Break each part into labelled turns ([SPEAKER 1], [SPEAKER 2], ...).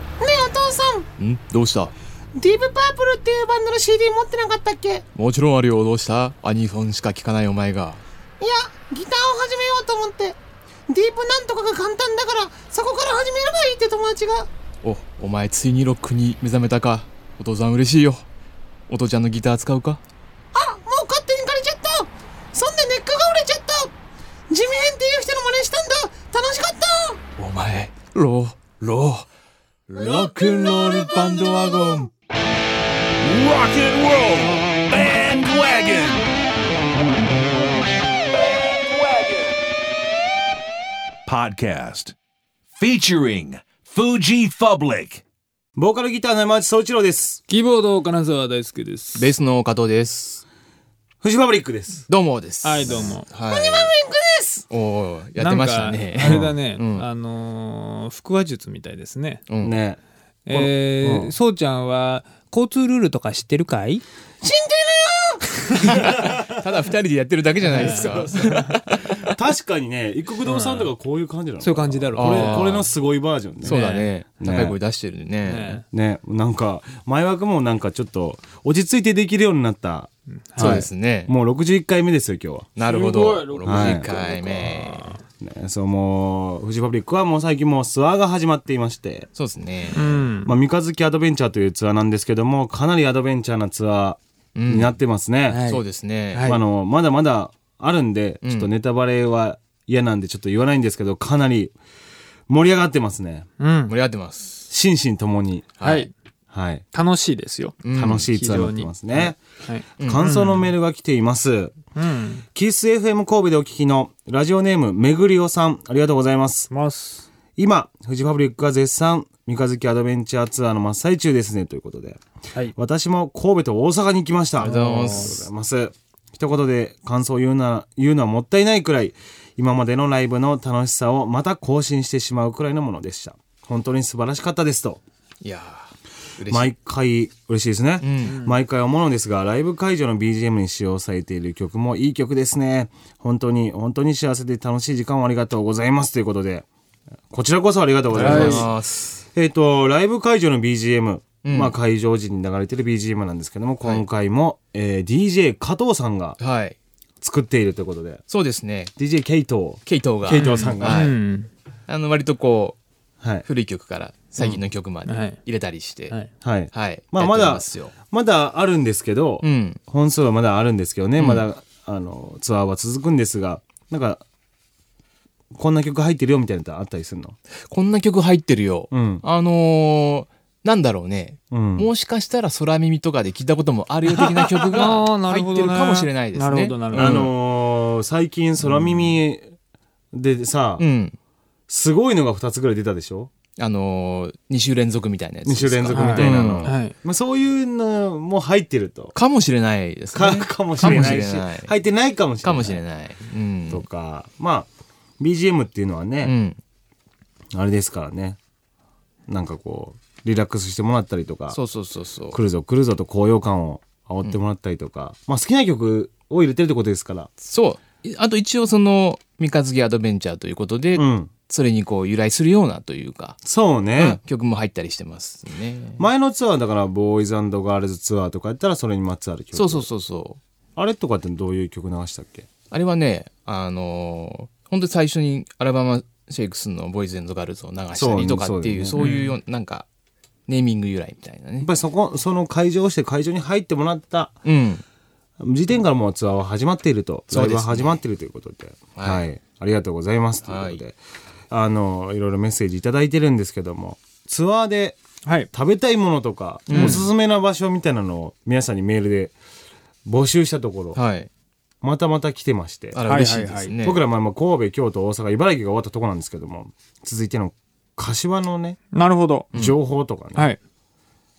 [SPEAKER 1] ンさん
[SPEAKER 2] んどうした
[SPEAKER 1] ディープパープルっていうバンドの CD 持ってなかったっけいや
[SPEAKER 2] もちろんあるよどうしたアニソンしか聴かないお前が
[SPEAKER 1] ギターを始めようと思ってディープなんとかが簡単だからそこから始めればいいって友達が
[SPEAKER 2] おお前ついにロックに目覚めたかお父さん嬉しいよお父ちゃんのギター使うか
[SPEAKER 1] あもう勝手に借りちゃったそんでネックが折れちゃった地味編っていう人の真似したんだ楽しかった
[SPEAKER 2] お前ロロロックンロールバンドワゴン
[SPEAKER 3] Rock and roll bandwagon. Podcast featuring Fuji Public.
[SPEAKER 4] ボーカルギターの山内総一郎です。
[SPEAKER 5] キーボード金沢大輔です。
[SPEAKER 2] ベースの加藤です
[SPEAKER 4] フジファブリックです。
[SPEAKER 2] どうもです
[SPEAKER 5] はい、どうも。
[SPEAKER 2] はい
[SPEAKER 1] ピンクです
[SPEAKER 2] おーやってましたね
[SPEAKER 5] なんかあれだね、
[SPEAKER 2] うん
[SPEAKER 5] あのー腹話術みたいですね。
[SPEAKER 2] うん
[SPEAKER 4] ね。
[SPEAKER 5] えー
[SPEAKER 4] うん
[SPEAKER 5] そうちゃんは交通ルールとか知ってるかい？
[SPEAKER 1] 死んでるよ
[SPEAKER 2] ただ二人でやってるだけじゃないで すか
[SPEAKER 4] 確かにね、一国堂さんとかこういう感じなの。
[SPEAKER 5] そういう感じだろ
[SPEAKER 4] こ
[SPEAKER 5] う。
[SPEAKER 4] れ
[SPEAKER 2] あー
[SPEAKER 4] これのすごいバージョンね。
[SPEAKER 2] そうだね
[SPEAKER 4] ね
[SPEAKER 2] 高い声出してるね
[SPEAKER 5] ね
[SPEAKER 4] ね、なんか前枠もなんかちょっと落ち着いてできるようになった。
[SPEAKER 2] そうですね
[SPEAKER 4] もう61回目ですよ今
[SPEAKER 2] なるほど
[SPEAKER 5] すごい
[SPEAKER 2] 60回
[SPEAKER 4] 日
[SPEAKER 2] 目
[SPEAKER 4] は。ね、そうもうフジファブリックはもう最近もうツアーが始まっていまして、
[SPEAKER 2] そうですね
[SPEAKER 5] うん。
[SPEAKER 4] まあ三日月アドベンチャーというツアーなんですけども、かなりアドベンチャーなツアーになってますね。
[SPEAKER 5] はい
[SPEAKER 2] そうですね
[SPEAKER 5] はい
[SPEAKER 4] あのまだまだあるんで、ちょっとネタバレは嫌なんでちょっと言わないんですけどかなり盛り上がってますね
[SPEAKER 5] うん
[SPEAKER 2] 盛。り上がってます
[SPEAKER 4] 心身ともに
[SPEAKER 5] はい。
[SPEAKER 4] はい、
[SPEAKER 5] 楽しいですよ。
[SPEAKER 4] 楽しいツアーになってますね、
[SPEAKER 5] はい。
[SPEAKER 4] 感想のメールが来ています、
[SPEAKER 5] うん。
[SPEAKER 4] キス FM 神戸でお聞きのラジオネームめぐりおさんありがとうございます
[SPEAKER 5] ます。
[SPEAKER 4] 今フジファブリックが絶賛三日月アドベンチャーツアーの真っ最中ですねということで
[SPEAKER 5] はい。
[SPEAKER 4] 私も神戸と大阪に来ました。あり
[SPEAKER 2] がとうございます
[SPEAKER 4] がとうございます。一言で感想を言うな、言うのはもったいないくらい、今までのライブの楽しさをまた更新してしまうくらいのものでした。本当に素晴らしかったですと。
[SPEAKER 2] いやー嬉しい
[SPEAKER 4] 毎回嬉しいですね、毎回思うのですがライブ会場の BGM に使用されている曲もいい曲ですね本当に本当に幸せで楽しい時間をありがとうございますということでこちらこそありがとうございます、
[SPEAKER 2] ます
[SPEAKER 4] えっ、と、ライブ会場の BGM、まあ会場時に流れてる BGM なんですけども、今回も、えー DJ 加藤さんが
[SPEAKER 2] はい
[SPEAKER 4] 作っているということで、
[SPEAKER 2] そうですね
[SPEAKER 4] DJ ケイト
[SPEAKER 2] ケイトーが
[SPEAKER 4] ケイトーさんが
[SPEAKER 2] は
[SPEAKER 5] う
[SPEAKER 2] い
[SPEAKER 5] ん。
[SPEAKER 2] あの割とこう
[SPEAKER 4] ウ。はい。
[SPEAKER 2] 古い曲から最近の曲まで
[SPEAKER 5] うんはい
[SPEAKER 2] 入れたりして、
[SPEAKER 5] はい。
[SPEAKER 4] はい。
[SPEAKER 2] はい
[SPEAKER 4] まあ
[SPEAKER 2] や
[SPEAKER 4] ま
[SPEAKER 2] っており
[SPEAKER 4] だ
[SPEAKER 2] ますよ、
[SPEAKER 4] まだあるんですけど、
[SPEAKER 2] うん、
[SPEAKER 4] 本数はまだあるんですけどね、まだ、あの、ツアーは続くんですが、なんか、こんな曲入ってるよみたいなのってあったりするの
[SPEAKER 2] こんな曲入ってるよ、
[SPEAKER 4] うん。
[SPEAKER 2] あのーなんだろうね、
[SPEAKER 4] うん。
[SPEAKER 2] もしかしたら空耳とかで聞いたこともあるよ的な曲
[SPEAKER 5] あー
[SPEAKER 2] が
[SPEAKER 5] なる
[SPEAKER 2] 入
[SPEAKER 5] ほどね
[SPEAKER 2] ってるかもしれないですね。
[SPEAKER 5] なるほどなるほど
[SPEAKER 4] あのー最近空耳でさ、
[SPEAKER 2] うん、うん
[SPEAKER 4] すごいのが2つぐらい出たでしょ
[SPEAKER 2] あのー、2週連続みたいなやつで
[SPEAKER 4] 2
[SPEAKER 2] すか
[SPEAKER 4] 週連続みたいなの、
[SPEAKER 2] うん
[SPEAKER 5] はい。
[SPEAKER 4] まあ、そういうのも入ってると
[SPEAKER 2] かもしれないです
[SPEAKER 4] か
[SPEAKER 2] ね。
[SPEAKER 4] かもしれない
[SPEAKER 2] かも
[SPEAKER 4] し
[SPEAKER 2] しれない
[SPEAKER 4] 入ってないかもしれない
[SPEAKER 2] かもしれない。うん
[SPEAKER 4] とかまあ BGM っていうのは
[SPEAKER 2] う
[SPEAKER 4] ね、
[SPEAKER 2] ん、
[SPEAKER 4] あれですからねなんかこうリラックスしてもらったりとか
[SPEAKER 2] そうそうそうそう。
[SPEAKER 4] 来るぞ来るぞと高揚感を煽ってもらったりとか、まあ好きな曲を入れてるってことですから
[SPEAKER 2] そう。あと一応その、三日月アドベンチャーということで、
[SPEAKER 4] うん
[SPEAKER 2] それにこう由来するようなというか、
[SPEAKER 4] そうね、
[SPEAKER 2] うん曲も入ったりしてますね。
[SPEAKER 4] 前のツアーだからボーイズガールズツアーとかやったらそれにまつわる曲
[SPEAKER 2] そうそうそうそう。
[SPEAKER 4] あれとかってどういう曲流したっけ
[SPEAKER 2] あれはね、あのー本当に最初にアラバマシェイクスのボーイズガールズを流したりとかっていう、
[SPEAKER 4] そ
[SPEAKER 2] そういうようなんか、ネーミング由来みたいな
[SPEAKER 4] やっ
[SPEAKER 2] ね。
[SPEAKER 4] ぱりそこその会場をして会場に入ってもらった
[SPEAKER 2] うん。
[SPEAKER 4] 時点からもうツアーは始まっていると、
[SPEAKER 2] そう
[SPEAKER 4] ライ
[SPEAKER 2] ですね
[SPEAKER 4] ブは始まっているということで、
[SPEAKER 2] は
[SPEAKER 4] はいい、ありがとうございますということで、あのいろいろメッセージいただいてるんですけども、ツアーで
[SPEAKER 5] はい。
[SPEAKER 4] 食べたいものとか、おすすめな場所みたいなのを皆さんにメールで募集したところ、
[SPEAKER 2] はい。
[SPEAKER 4] またまた来てまして、
[SPEAKER 2] あ
[SPEAKER 5] は
[SPEAKER 2] ら、
[SPEAKER 5] い
[SPEAKER 2] 嬉しいですね。
[SPEAKER 4] 僕ら前も神戸、京都、大阪、茨城が終わったところなんですけども、続いての柏のね、
[SPEAKER 5] なるほど。
[SPEAKER 4] 情報とかね、
[SPEAKER 5] はい。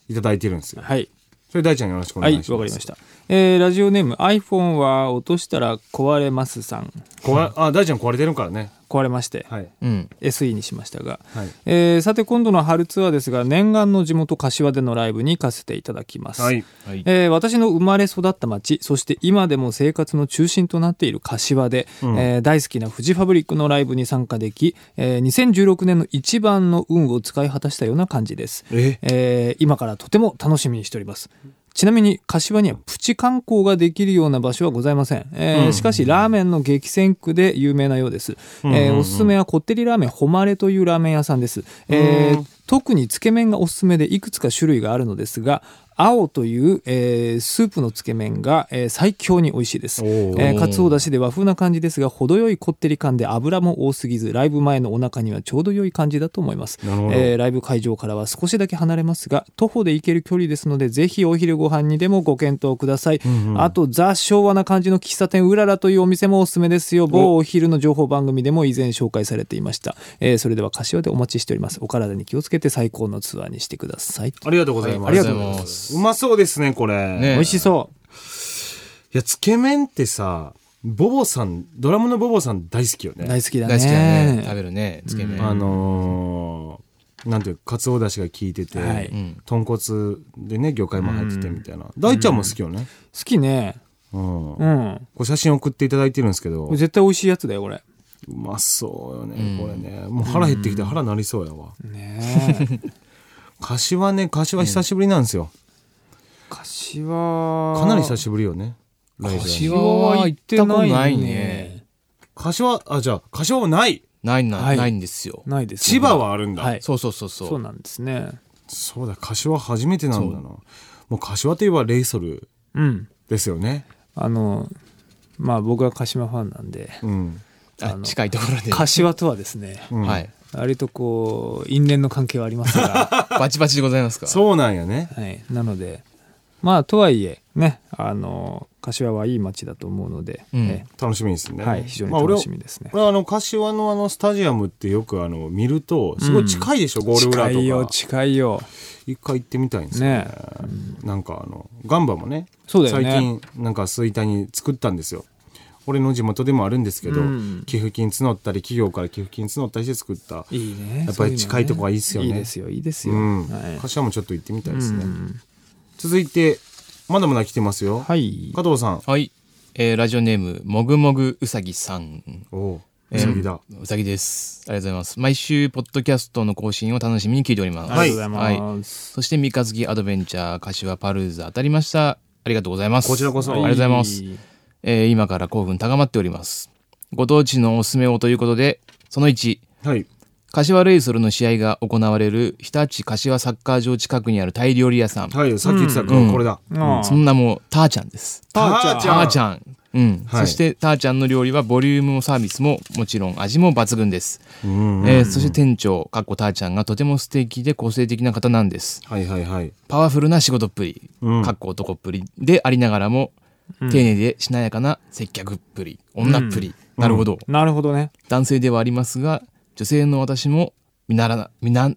[SPEAKER 4] い、ただいてるんですよ。
[SPEAKER 5] はい。
[SPEAKER 4] それ大ちゃんよろしくお
[SPEAKER 5] は
[SPEAKER 4] 願い
[SPEAKER 5] い。
[SPEAKER 4] し
[SPEAKER 5] わ
[SPEAKER 4] ます。
[SPEAKER 5] かりました。えー、ラジオネーム iPhone は落としたら壊れますさん。
[SPEAKER 4] 壊あ、大ちゃん壊れてるからね。
[SPEAKER 5] 壊れまして、
[SPEAKER 4] はい。
[SPEAKER 2] うん。
[SPEAKER 5] SE にしましたが、
[SPEAKER 4] はい
[SPEAKER 5] えーさて今度の春ツアーですが念願の地元柏でのライブに行かせていただきます、
[SPEAKER 4] はい。
[SPEAKER 2] はい。
[SPEAKER 5] えー私の生まれ育った町そして今でも生活の中心となっている柏で、
[SPEAKER 3] Eh,
[SPEAKER 5] えー大好きなフジファブリックのライブに参加でき、えー2016年の一番の運を使い果たしたような感じです、
[SPEAKER 4] え
[SPEAKER 5] えー今からとても楽しみにしておりますちなみに柏にはプチ観光ができるような場所はございません、えーしかしラーメンの激戦区で有名なようです、えーおすすめはこってりラーメン誉れというラーメン屋さんです、えー特につけ麺がおすすめでいくつか種類があるのですが青という、えースープのつけ麺が、えー最強に美味しいです、えー、かつおだしで和風な感じですが程よいこってり感で油も多すぎずライブ前のお腹にはちょうど良い感じだと思います
[SPEAKER 4] なるほど
[SPEAKER 5] えーライブ会場からは少しだけ離れますが徒歩で行ける距離ですのでぜひお昼ご飯にでもご検討ください、あとザ昭和な感じの喫茶店うららというお店もおすすめですよ某お昼の情報番組でも以前紹介されていました、えーそれでは柏でお待ちしておりますお体に気をつけて最高のツアーにしてください
[SPEAKER 4] ありがとうございます。
[SPEAKER 2] ありがとうございます。
[SPEAKER 4] うまそうですね、これ。
[SPEAKER 2] ね
[SPEAKER 5] 美味しそう
[SPEAKER 4] いや、つけ麺ってさ、ボボさん、ドラムのボボさん大好きよね。
[SPEAKER 5] 大好きだね
[SPEAKER 2] 大好きだね。食べるね。つけ麺。
[SPEAKER 4] あのー、なんていうか、かつおだしが効いてて、
[SPEAKER 5] はい
[SPEAKER 2] ん
[SPEAKER 4] 豚骨でね、魚介も入っててみたいな。大ちゃんも好きよね。
[SPEAKER 5] 好きね
[SPEAKER 4] うん。こ
[SPEAKER 5] うん
[SPEAKER 4] れ写真送っていただいてるんですけど、
[SPEAKER 5] これ絶対美味しいやつだよこれ
[SPEAKER 4] うまそうよね、これね。もう腹減ってきて腹なりそうやわ。
[SPEAKER 5] ねえ
[SPEAKER 4] 柏ね、柏久しぶりなんですよ。
[SPEAKER 5] 柏
[SPEAKER 4] かなり久しぶりよね。ライブやね
[SPEAKER 2] 柏は行ったことないね。
[SPEAKER 4] 柏、あ、じゃあ、柏はない
[SPEAKER 2] ないな、
[SPEAKER 5] はい
[SPEAKER 2] ないんですよ。
[SPEAKER 5] ないです
[SPEAKER 4] 千
[SPEAKER 5] ね
[SPEAKER 4] 葉はあるんだ。
[SPEAKER 5] はい
[SPEAKER 2] そうそうそうそう。
[SPEAKER 5] そうなんですね
[SPEAKER 4] そうだ、柏初めてなんだな。もう柏といえばレイソル
[SPEAKER 5] うん
[SPEAKER 4] ですよね。
[SPEAKER 5] あのまあ僕は鹿島ファンなんで
[SPEAKER 4] うん。
[SPEAKER 2] あ近いところで。
[SPEAKER 5] 柏とはですね
[SPEAKER 2] はい。
[SPEAKER 5] 割とこう因縁の関係はありますが、
[SPEAKER 2] バチバチでございますか。
[SPEAKER 4] そうなんやね。
[SPEAKER 5] はい、なのでまあとはいえねあの柏はいい街だと思うので、
[SPEAKER 2] うん
[SPEAKER 5] え
[SPEAKER 4] 楽しみですね。
[SPEAKER 5] はい非常に
[SPEAKER 4] まあ俺は
[SPEAKER 5] 楽しみですね
[SPEAKER 4] 俺はあの、柏のあの、スタジアムってよくあの、見ると、すごい近いでしょ、ゴール裏とか。
[SPEAKER 5] 近いよ近いよ
[SPEAKER 4] 一回行ってみたいんですよね。
[SPEAKER 5] ね
[SPEAKER 4] なんかあの、ガンバもね、
[SPEAKER 5] そうだよね
[SPEAKER 4] 最近、なんか衰退に作ったんですよ。俺の地元でもあるんですけど、
[SPEAKER 5] うん
[SPEAKER 4] 寄付金募ったり、企業から寄付金募ったりして作った。
[SPEAKER 5] いいね
[SPEAKER 4] やっぱり近いとこがいいっす
[SPEAKER 5] そ
[SPEAKER 4] よ
[SPEAKER 5] う
[SPEAKER 4] ね。
[SPEAKER 5] うのねいいですよいいですよ、
[SPEAKER 4] うん
[SPEAKER 5] はい、
[SPEAKER 4] 柏もちょっと行ってみたいですね。
[SPEAKER 5] うん
[SPEAKER 4] 続いて、まだまだ来てますよ。
[SPEAKER 5] はい
[SPEAKER 4] 加藤さん。
[SPEAKER 2] はい。えーラジオネーム、もぐもぐうさぎさん。
[SPEAKER 4] おう、うさぎだ。
[SPEAKER 2] うさぎです。ありがとうございます。毎週、ポッドキャストの更新を楽しみに聞いております。
[SPEAKER 5] ありがとうございます、
[SPEAKER 2] そして、三日月アドベンチャー、柏パルーズ当たりました。ありがとうございます。
[SPEAKER 4] こちらこそ
[SPEAKER 2] ありがとうございます。
[SPEAKER 5] は
[SPEAKER 2] えー今から興奮高まっております。ご当地のおすすめをということで、その1、
[SPEAKER 4] はい。
[SPEAKER 2] 柏レイソルの試合が行われる日立柏サッカー場近くにあるタイ料理屋さん。
[SPEAKER 4] はい、さっき言ってたから、
[SPEAKER 2] うん
[SPEAKER 4] これだ。
[SPEAKER 5] ああ
[SPEAKER 2] そんなもう、ターちゃんです。
[SPEAKER 4] たー
[SPEAKER 2] ターちゃん。うん、
[SPEAKER 4] はい
[SPEAKER 2] そしてターちゃんの料理はボリュームもサービスももちろん味も抜群です、
[SPEAKER 4] うん。
[SPEAKER 2] えーそして店長かっこターちゃんがとても素敵で個性的な方なんです
[SPEAKER 4] はいはいはい。
[SPEAKER 2] パワフルな仕事っぷり
[SPEAKER 4] うん
[SPEAKER 2] かっこ男っぷりでありながらも、丁寧でしなやかな接客っぷり女っぷり、なるほど、
[SPEAKER 5] なるほどね
[SPEAKER 2] 男性ではありますが女性の私も見習わ見習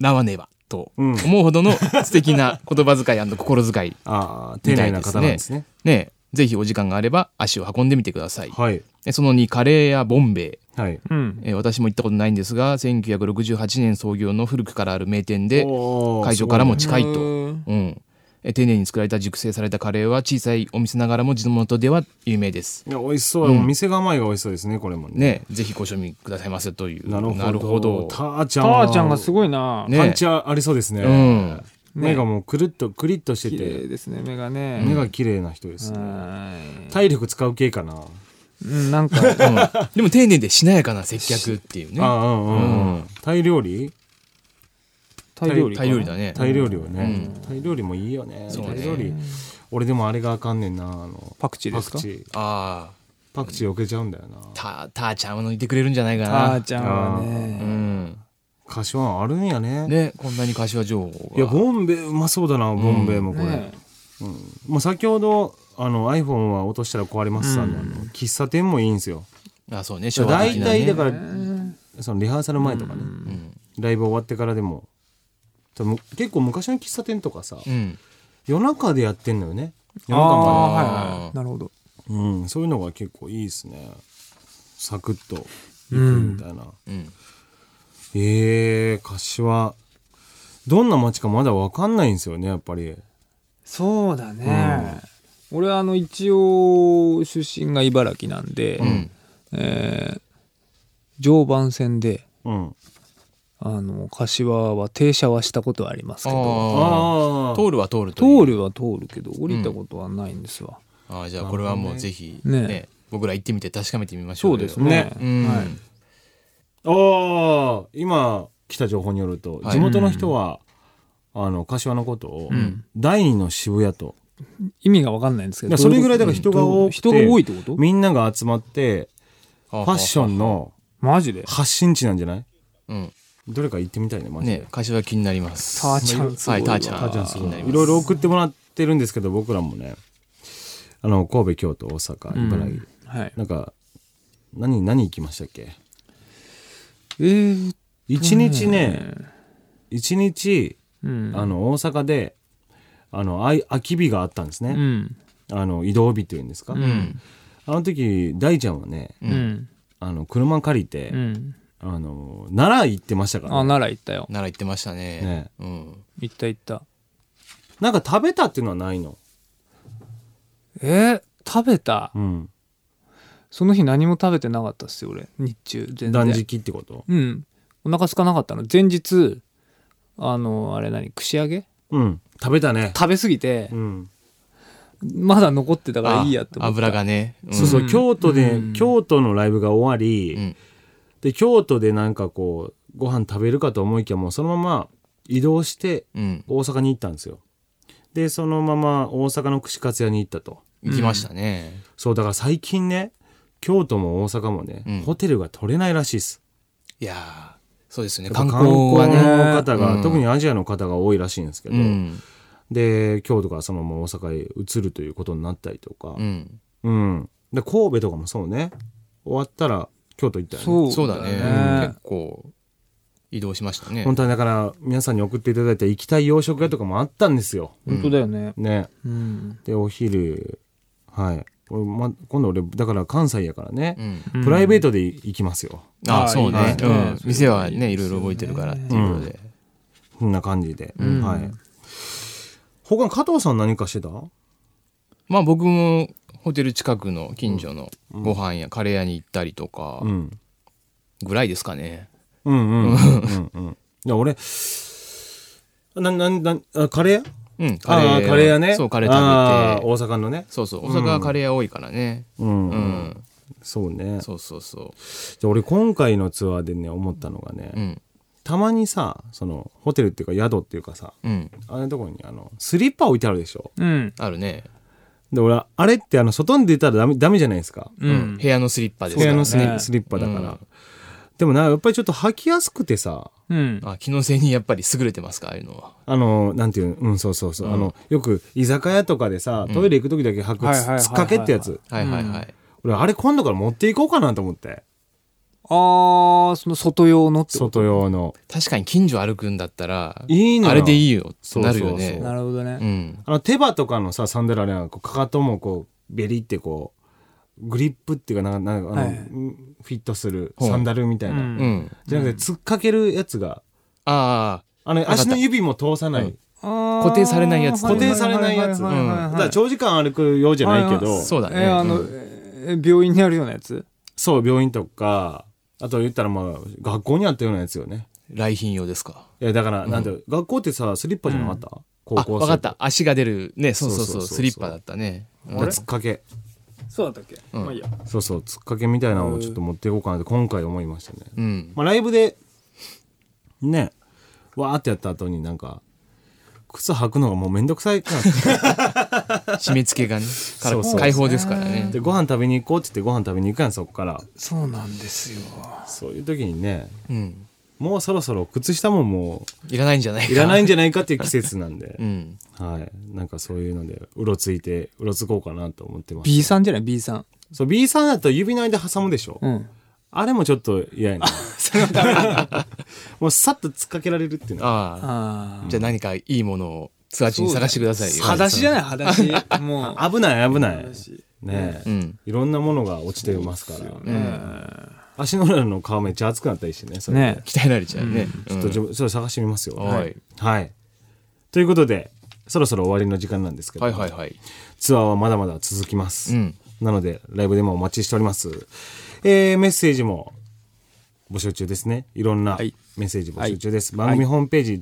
[SPEAKER 2] わねばと思うほどの素敵な言葉遣い心遣い
[SPEAKER 4] ああ、丁
[SPEAKER 2] みた
[SPEAKER 4] 寧
[SPEAKER 2] いで
[SPEAKER 4] な
[SPEAKER 2] す
[SPEAKER 4] 方なん
[SPEAKER 2] ね
[SPEAKER 4] ですね。
[SPEAKER 2] ねえぜひお時間があれば足を運んでみてください、
[SPEAKER 4] はい。
[SPEAKER 2] えその2カレーやボンベイ
[SPEAKER 4] はい。
[SPEAKER 5] うん
[SPEAKER 2] えー私も行ったことないんですが1968年創業の古くからある名店で
[SPEAKER 4] おー
[SPEAKER 2] 会場からも近いと、
[SPEAKER 5] すごいね
[SPEAKER 2] うん、えー丁寧に作られた熟成されたカレーは小さいお店ながらも地元では有名です
[SPEAKER 4] いや、美味しそう。お店構えが美味しそうですね、これもね。
[SPEAKER 2] ねえぜひご賞味くださいませという
[SPEAKER 4] なるほど。
[SPEAKER 2] なるほど
[SPEAKER 4] たーちゃ
[SPEAKER 5] タ
[SPEAKER 4] んは。
[SPEAKER 5] ーちゃんがすごいな、
[SPEAKER 2] ね
[SPEAKER 4] パンチありそうですね。
[SPEAKER 2] うん
[SPEAKER 4] 目がもうくるっと、くりっとし
[SPEAKER 5] 綺
[SPEAKER 4] て
[SPEAKER 5] 麗
[SPEAKER 4] て、
[SPEAKER 5] ですね目がね、
[SPEAKER 4] 目が綺麗な人ですね。
[SPEAKER 5] は
[SPEAKER 4] 体力使う系かな。
[SPEAKER 5] いうんなんか
[SPEAKER 2] うんでも丁寧でしなやかな接客っていうね
[SPEAKER 4] ああ、うんうんう
[SPEAKER 2] うん
[SPEAKER 4] ん。タイ料理
[SPEAKER 5] タイ料理か
[SPEAKER 2] タイ料理だね
[SPEAKER 4] タイ料理はね。タイ料理もいいよね。
[SPEAKER 2] そう
[SPEAKER 4] タ
[SPEAKER 2] ね
[SPEAKER 4] イ料理。俺でもあれがあかんねんな。あの、
[SPEAKER 5] パクチー
[SPEAKER 4] パ
[SPEAKER 5] ですか
[SPEAKER 4] クチー。
[SPEAKER 2] あ
[SPEAKER 4] パクチー避けちゃうんだよな。
[SPEAKER 2] あたたーちゃんは抜いてくれるんじゃないか
[SPEAKER 5] ター
[SPEAKER 2] な
[SPEAKER 5] ちゃんはね
[SPEAKER 2] うん
[SPEAKER 4] 柏はあるんやね。
[SPEAKER 2] ねこんなに柏情報が
[SPEAKER 4] いや、ボンベうまそうだな、ボンベもこれ。
[SPEAKER 5] ね
[SPEAKER 4] もう先ほどあの iPhone は落としたら壊れますさんの、あの喫茶店もいいんですよ
[SPEAKER 2] あそうね昭和
[SPEAKER 4] 大
[SPEAKER 2] 的な
[SPEAKER 4] 体
[SPEAKER 2] ね
[SPEAKER 4] だから、そのリハーサル前とかね、ライブ終わってからでも多分結構昔の喫茶店とかさ、
[SPEAKER 2] うん
[SPEAKER 4] 夜中でやってんのよね夜
[SPEAKER 5] ああ
[SPEAKER 4] 中ま
[SPEAKER 5] はいはいなるほど
[SPEAKER 4] で、うん、そういうのが結構いいですねサクッと行くみたいな、ええ柏どんな街かまだ分かんないんですよねやっぱり
[SPEAKER 5] そうだね、俺はあの一応出身が茨城なんで、えー常磐線で
[SPEAKER 4] うん
[SPEAKER 5] あの柏は停車はしたことはありますけど
[SPEAKER 2] あ
[SPEAKER 4] あ
[SPEAKER 2] あ
[SPEAKER 4] ー
[SPEAKER 2] 通るは通るという
[SPEAKER 5] 通るは通るけど降りたことはないんですわ、
[SPEAKER 2] あーじゃあこれはもうぜひ
[SPEAKER 5] ね
[SPEAKER 2] ね僕ら行ってみて確かめてみましょう
[SPEAKER 5] そうです
[SPEAKER 2] ね
[SPEAKER 5] ね
[SPEAKER 4] ね
[SPEAKER 2] うん
[SPEAKER 5] はい
[SPEAKER 4] ああ今来た情報によると、
[SPEAKER 2] はい
[SPEAKER 4] 地元の人は、あの柏のことを、第二の渋谷と
[SPEAKER 5] 意味が分かんないんですけ
[SPEAKER 4] い
[SPEAKER 5] ど
[SPEAKER 4] やそれぐらいだから人が多くて
[SPEAKER 5] 人が多いってこと
[SPEAKER 4] みんなが集まって
[SPEAKER 2] フ
[SPEAKER 4] ファッションの
[SPEAKER 5] マジで
[SPEAKER 4] 発信地なんじゃない
[SPEAKER 2] うん
[SPEAKER 4] どれか行ってみたいねマジで、
[SPEAKER 2] ね柏気になります
[SPEAKER 5] ターちゃんすごい
[SPEAKER 2] は
[SPEAKER 5] わ
[SPEAKER 2] いターちゃん
[SPEAKER 4] 母ちゃんすご
[SPEAKER 2] 気にないります
[SPEAKER 4] いろいろ送ってもらってるんですけど僕らもねあの神戸京都大阪茨城、
[SPEAKER 5] はい
[SPEAKER 4] なんか何何行きましたっけ
[SPEAKER 5] えー、
[SPEAKER 4] 一日ね一日
[SPEAKER 5] うん
[SPEAKER 4] あの大阪であのあい空き日があったんです
[SPEAKER 5] う
[SPEAKER 4] ね、
[SPEAKER 5] ん
[SPEAKER 4] あの移動日というんですか、
[SPEAKER 5] うん
[SPEAKER 4] あの時大ちゃんはね
[SPEAKER 5] うん
[SPEAKER 4] あの車借りて、
[SPEAKER 5] うん
[SPEAKER 4] あの奈良行ってましたから
[SPEAKER 5] あ
[SPEAKER 4] ね、
[SPEAKER 5] 奈良行ったよ
[SPEAKER 2] 奈良行ってましたね
[SPEAKER 4] ね
[SPEAKER 2] うん
[SPEAKER 5] 行った行った
[SPEAKER 4] なんか食べたっていうのはないの
[SPEAKER 5] えー、食べた
[SPEAKER 4] うん
[SPEAKER 5] その日何も食べてなかったっすよ俺日中全然
[SPEAKER 4] 断食ってこと
[SPEAKER 5] うんお腹空かなかったの前日あのあれ何串揚げ
[SPEAKER 4] うん食べたね
[SPEAKER 5] 食べ過ぎて
[SPEAKER 4] うん
[SPEAKER 5] まだ残ってたからいいやって思った
[SPEAKER 2] 油がねん
[SPEAKER 4] そうそう、
[SPEAKER 5] うん
[SPEAKER 4] 京都で、
[SPEAKER 5] うん
[SPEAKER 4] 京都のライブが終わり、
[SPEAKER 2] うん
[SPEAKER 4] で京都でなんかこうご飯食べるかと思いきやもうそのまま移動して
[SPEAKER 2] うん
[SPEAKER 4] 大阪に行ったんですよでそのまま大阪の串カツ屋に行ったと
[SPEAKER 2] 行きましたね
[SPEAKER 4] そうだから最近ね京都も大阪もね、
[SPEAKER 2] うん
[SPEAKER 4] ホテルが取れないらしいです
[SPEAKER 2] いやーそうですよね
[SPEAKER 4] やっぱ
[SPEAKER 2] 観光は
[SPEAKER 4] 観光
[SPEAKER 2] ね
[SPEAKER 4] の方が、
[SPEAKER 2] うん
[SPEAKER 4] 特にアジアの方が多いらしいんですけど、
[SPEAKER 2] うん
[SPEAKER 4] で京都からそのまま大阪へ移るということになったりとか
[SPEAKER 2] う、ん
[SPEAKER 3] Hmm.
[SPEAKER 4] うん、で神戸とかもそうね終わったら京都行ったよね
[SPEAKER 5] そう
[SPEAKER 2] そうだね
[SPEAKER 5] ね
[SPEAKER 2] 結構移動しましたね
[SPEAKER 4] 本当にだから皆さんに送っていただいた行きたい洋食屋とかもあったんですよ。
[SPEAKER 5] 本当だよね
[SPEAKER 4] ね。
[SPEAKER 5] うん、
[SPEAKER 4] でお昼はい。俺ま、今度俺だから関西やからね、
[SPEAKER 2] うん
[SPEAKER 4] プライベートで行きますよ。
[SPEAKER 2] あ
[SPEAKER 5] あ
[SPEAKER 2] あそう
[SPEAKER 5] いい
[SPEAKER 2] ね
[SPEAKER 5] です
[SPEAKER 2] う
[SPEAKER 5] ね
[SPEAKER 2] ん店はねいろいろ動いてるからっていうことで
[SPEAKER 4] こんな感じで。
[SPEAKER 5] ん
[SPEAKER 4] はい。他加藤さん何かしてた
[SPEAKER 2] まあ僕もホテル近くの近所のご飯やカレー屋に行ったりとか
[SPEAKER 4] うん。
[SPEAKER 2] ぐらいですかね
[SPEAKER 4] うんうんうんうん。いや俺なな なあカレー屋
[SPEAKER 2] うんカ
[SPEAKER 4] あ
[SPEAKER 2] レー
[SPEAKER 4] ーカレー屋ね。
[SPEAKER 2] そうカレー
[SPEAKER 4] あ
[SPEAKER 2] 食べて
[SPEAKER 4] 大阪のね。
[SPEAKER 2] そうそう大阪はカレー屋多いからね
[SPEAKER 4] うん、
[SPEAKER 2] う、
[SPEAKER 4] うんん、そうね。
[SPEAKER 2] そうそうそ
[SPEAKER 4] で俺今回のツアーでね思ったのがね、
[SPEAKER 2] ううん
[SPEAKER 4] たまにさそのホテルっていうか宿っていうかさ
[SPEAKER 2] うん
[SPEAKER 4] あのところにあのスリッパ置いてあるでしょ
[SPEAKER 5] うん
[SPEAKER 2] あるね
[SPEAKER 4] で俺あれってあの外に出たらダメダメじゃないですか
[SPEAKER 5] うん
[SPEAKER 2] うん部屋のスリッパです
[SPEAKER 4] 部
[SPEAKER 2] か
[SPEAKER 4] 屋
[SPEAKER 2] ら
[SPEAKER 4] のスリ,、
[SPEAKER 5] ね
[SPEAKER 4] スリッパだから、
[SPEAKER 2] うん
[SPEAKER 4] でもなやっぱりちょっと履きやすくてさ
[SPEAKER 5] うん
[SPEAKER 2] あ機能性にやっぱり優れてますかああいうのは
[SPEAKER 4] あのなんていううんそうそうそう、あのよく居酒屋とかでさトイレ行く時だけ履く
[SPEAKER 5] はいはいはいはい
[SPEAKER 4] つつっかけってやつ
[SPEAKER 2] はいはいはい
[SPEAKER 4] 俺あれ今度から持っていこうかなと思って
[SPEAKER 5] あーその外用のってこと
[SPEAKER 4] 外用の
[SPEAKER 2] 確かに近所歩くんだったら
[SPEAKER 4] いいのよ
[SPEAKER 2] あれでいいよってなるよ
[SPEAKER 4] そうそう
[SPEAKER 2] ね
[SPEAKER 5] なるほどね、
[SPEAKER 2] うん
[SPEAKER 4] あの手羽とかのさサンダルあれはこうかかともこうベリってこうグリップっていうかなんかなんかあの、
[SPEAKER 5] はい
[SPEAKER 4] うんフィットするサンダルみたいな、
[SPEAKER 5] うん
[SPEAKER 2] うん
[SPEAKER 4] じゃなくて突っかけるやつが
[SPEAKER 2] あ
[SPEAKER 4] あの
[SPEAKER 2] かった
[SPEAKER 4] 足の指も通さない、
[SPEAKER 2] うん
[SPEAKER 5] 固
[SPEAKER 2] 定されないやつ
[SPEAKER 4] 固定されないやつだから長時間歩くようじゃないけど、
[SPEAKER 5] はい
[SPEAKER 2] あそうだね
[SPEAKER 5] えーあの、えー病院にあるようなやつ
[SPEAKER 4] そう病院とかあと言ったらまあ学校にあったようなやつよね
[SPEAKER 2] 来賓用ですか
[SPEAKER 4] いやだからなんて、学校ってさスリッパじゃなかった、高校
[SPEAKER 2] あ
[SPEAKER 4] 生
[SPEAKER 2] 分かった足が出るねそうそ
[SPEAKER 4] そ
[SPEAKER 2] う
[SPEAKER 4] う
[SPEAKER 2] そ
[SPEAKER 4] そう
[SPEAKER 2] う
[SPEAKER 4] そう
[SPEAKER 2] スリッパだったねうん
[SPEAKER 4] 突っかけ
[SPEAKER 5] そうだったっけ、まあいいや
[SPEAKER 4] そうそう突っかけみたいなのをちょっと持っていこうかなって今回思いましたね、
[SPEAKER 2] うん
[SPEAKER 4] まあ、ライブでねわーってやった後になんか靴履くのがもうめんどくさいから
[SPEAKER 2] 締め付けがねから
[SPEAKER 4] そうそう
[SPEAKER 2] 解放ですからね
[SPEAKER 4] でご飯食べに行こうって言ってご飯食べに行くやんそこから
[SPEAKER 5] そうなんですよ
[SPEAKER 4] そういう時にね
[SPEAKER 2] うん
[SPEAKER 4] もうそろそろ靴下もも
[SPEAKER 2] いらないんじゃないか
[SPEAKER 4] ういらないんじゃないかっていう季節なんで
[SPEAKER 2] う、ん
[SPEAKER 4] はいなんかそういうのでうろついてうろつこうかなと思ってます
[SPEAKER 5] B さんじゃない B さん
[SPEAKER 4] そう B さんだと指の間挟むでしょ、
[SPEAKER 5] うん
[SPEAKER 4] あれもちょっと嫌やな もうさっと突っかけられるっていうのは
[SPEAKER 2] あ
[SPEAKER 5] あ
[SPEAKER 2] あじゃあ何かいいものをツアー中に探してくださいよ
[SPEAKER 5] 裸足じゃない裸 足もう
[SPEAKER 4] 危ない危ないねえ
[SPEAKER 2] うん
[SPEAKER 4] いろんなものが落ちてますから。
[SPEAKER 5] うん
[SPEAKER 4] 足の裏の皮めっちゃ熱くなったりしてね。それで
[SPEAKER 5] ね
[SPEAKER 2] 鍛えられちゃうね。
[SPEAKER 4] ちょっと自分、それ探してみますよ。
[SPEAKER 2] はい。
[SPEAKER 4] はい。ということで、そろそろ終わりの時間なんですけど、
[SPEAKER 2] はいはいはい。
[SPEAKER 4] ツアーはまだまだ続きます。
[SPEAKER 2] うん
[SPEAKER 4] なので、ライブでもお待ちしております。えーメッセージも募集中ですね。いろんな
[SPEAKER 5] はい
[SPEAKER 4] メッセージ募集中です。番組ホームページ、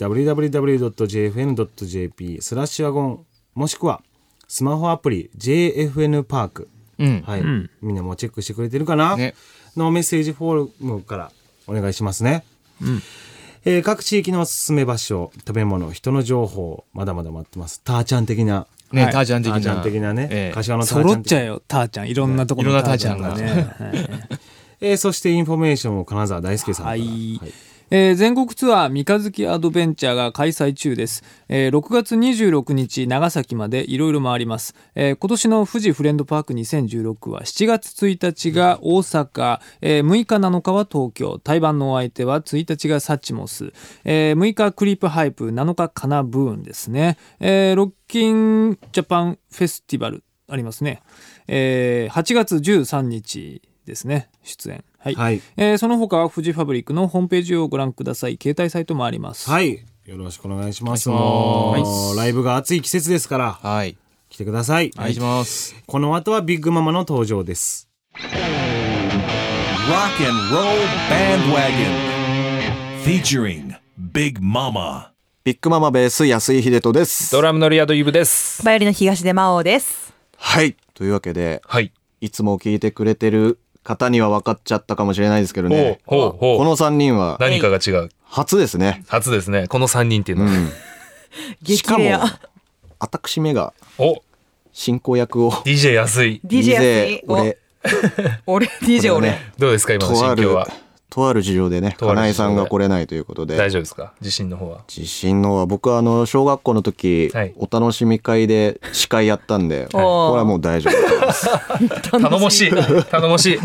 [SPEAKER 4] www.jfn.jp スラッシュワゴン、もしくはスマホアプリ JFN パーク。
[SPEAKER 2] うん。
[SPEAKER 4] はい、みんなもチェックしてくれてるかな、
[SPEAKER 2] ね
[SPEAKER 4] のメッセージフォームからお願いしますね。えー各地域のおすすめ場所、食べ物、人の情報、まだまだ待ってます。ターちゃん的な。
[SPEAKER 2] ね、
[SPEAKER 5] はい
[SPEAKER 2] タージャン
[SPEAKER 4] タ
[SPEAKER 2] 的な。
[SPEAKER 4] ーちゃん的なね。
[SPEAKER 2] ええ
[SPEAKER 4] 柏のターちゃん的
[SPEAKER 5] 揃っちゃうよターちゃんいろんなところ
[SPEAKER 2] いろ
[SPEAKER 5] の
[SPEAKER 2] んなターちゃんが
[SPEAKER 5] ね
[SPEAKER 4] えーそしてインフォメーションを金沢大輔さんから。
[SPEAKER 5] はい、
[SPEAKER 4] はい
[SPEAKER 5] えー全国ツアー三日月アドベンチャーが開催中です、えー6月26日長崎までいろいろ回ります、えー今年の富士フレンドパーク2016は7月1日が大阪、えー6日7日は東京台湾のお相手は1日がサッチモス、えー6日クリープハイプ7日カナブーンですね、えーロッキンジャパンフェスティバルありますね、えー8月13日ですね出演はい、
[SPEAKER 4] はい
[SPEAKER 5] えーその他はフジファブリックのホームページをご覧ください携帯サイトもあります
[SPEAKER 4] はい よろしくお願いします。
[SPEAKER 2] お願いします
[SPEAKER 4] もうライブが暑い季節ですから、
[SPEAKER 2] はい。
[SPEAKER 4] 来てください。
[SPEAKER 2] お願いします。
[SPEAKER 4] この後はビッグママの登場です。
[SPEAKER 3] Rock and Roll Bandwagon. Featuring Big Mama.
[SPEAKER 6] ビッグママベース安井秀人です。
[SPEAKER 7] ラムのリアドイブです。
[SPEAKER 8] バイオリンの東出真央です。
[SPEAKER 6] はい。というわけで、
[SPEAKER 7] はい。
[SPEAKER 6] いつも聞いてくれてる方には分かっちゃったかもしれないですけどね。
[SPEAKER 7] ほうほう。
[SPEAKER 6] この3人は
[SPEAKER 7] 何かが違う。
[SPEAKER 6] 初ですね。
[SPEAKER 7] 初ですね。この3人っていうの
[SPEAKER 6] う
[SPEAKER 7] は。
[SPEAKER 6] ん。し
[SPEAKER 8] 激
[SPEAKER 6] かも
[SPEAKER 8] レア。、
[SPEAKER 6] 私めが
[SPEAKER 7] お
[SPEAKER 6] 進行役を、
[SPEAKER 7] DJ 安い。
[SPEAKER 8] DJ 安い。お
[SPEAKER 6] 俺、
[SPEAKER 8] 俺、DJ 俺。
[SPEAKER 7] どうですか今の
[SPEAKER 6] とあ
[SPEAKER 7] 心
[SPEAKER 6] る
[SPEAKER 7] 境は。、
[SPEAKER 6] とある事情でね、
[SPEAKER 7] とある事情で
[SPEAKER 6] 金井さんが来れないということで
[SPEAKER 7] 大。丈夫ですか自信の方は。
[SPEAKER 6] 地震のは僕はあの小学校の時、
[SPEAKER 7] はい
[SPEAKER 6] お楽しみ会で司会やった んでこれ
[SPEAKER 8] おー
[SPEAKER 6] はもう大丈夫だと思います
[SPEAKER 7] 頼もしい。 頼もしい。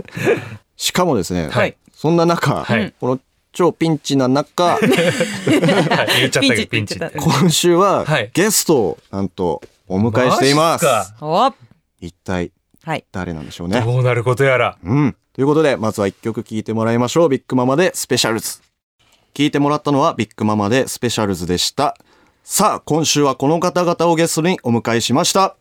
[SPEAKER 6] しかもですね、
[SPEAKER 7] はい
[SPEAKER 6] そんな中、
[SPEAKER 7] はい
[SPEAKER 6] この超ピンチな中
[SPEAKER 7] はい言っちゃったけど、ピ
[SPEAKER 8] ピ
[SPEAKER 7] ン
[SPEAKER 8] ン
[SPEAKER 7] チっ
[SPEAKER 8] チってて言っちゃっ。
[SPEAKER 6] 今週は
[SPEAKER 7] はい
[SPEAKER 6] ゲストをなんとお迎えしています、
[SPEAKER 7] マジっす
[SPEAKER 8] お
[SPEAKER 6] 一体
[SPEAKER 8] はい。
[SPEAKER 6] 誰なんでしょう
[SPEAKER 7] か
[SPEAKER 6] ね
[SPEAKER 7] どうなることやら。
[SPEAKER 6] うんということでまずは一曲聴いてもらいましょうビッグママでスペシャルズ聴いてもらったのはビッグママでスペシャルズでしたさあ今週はこの方々をゲストにお迎えしました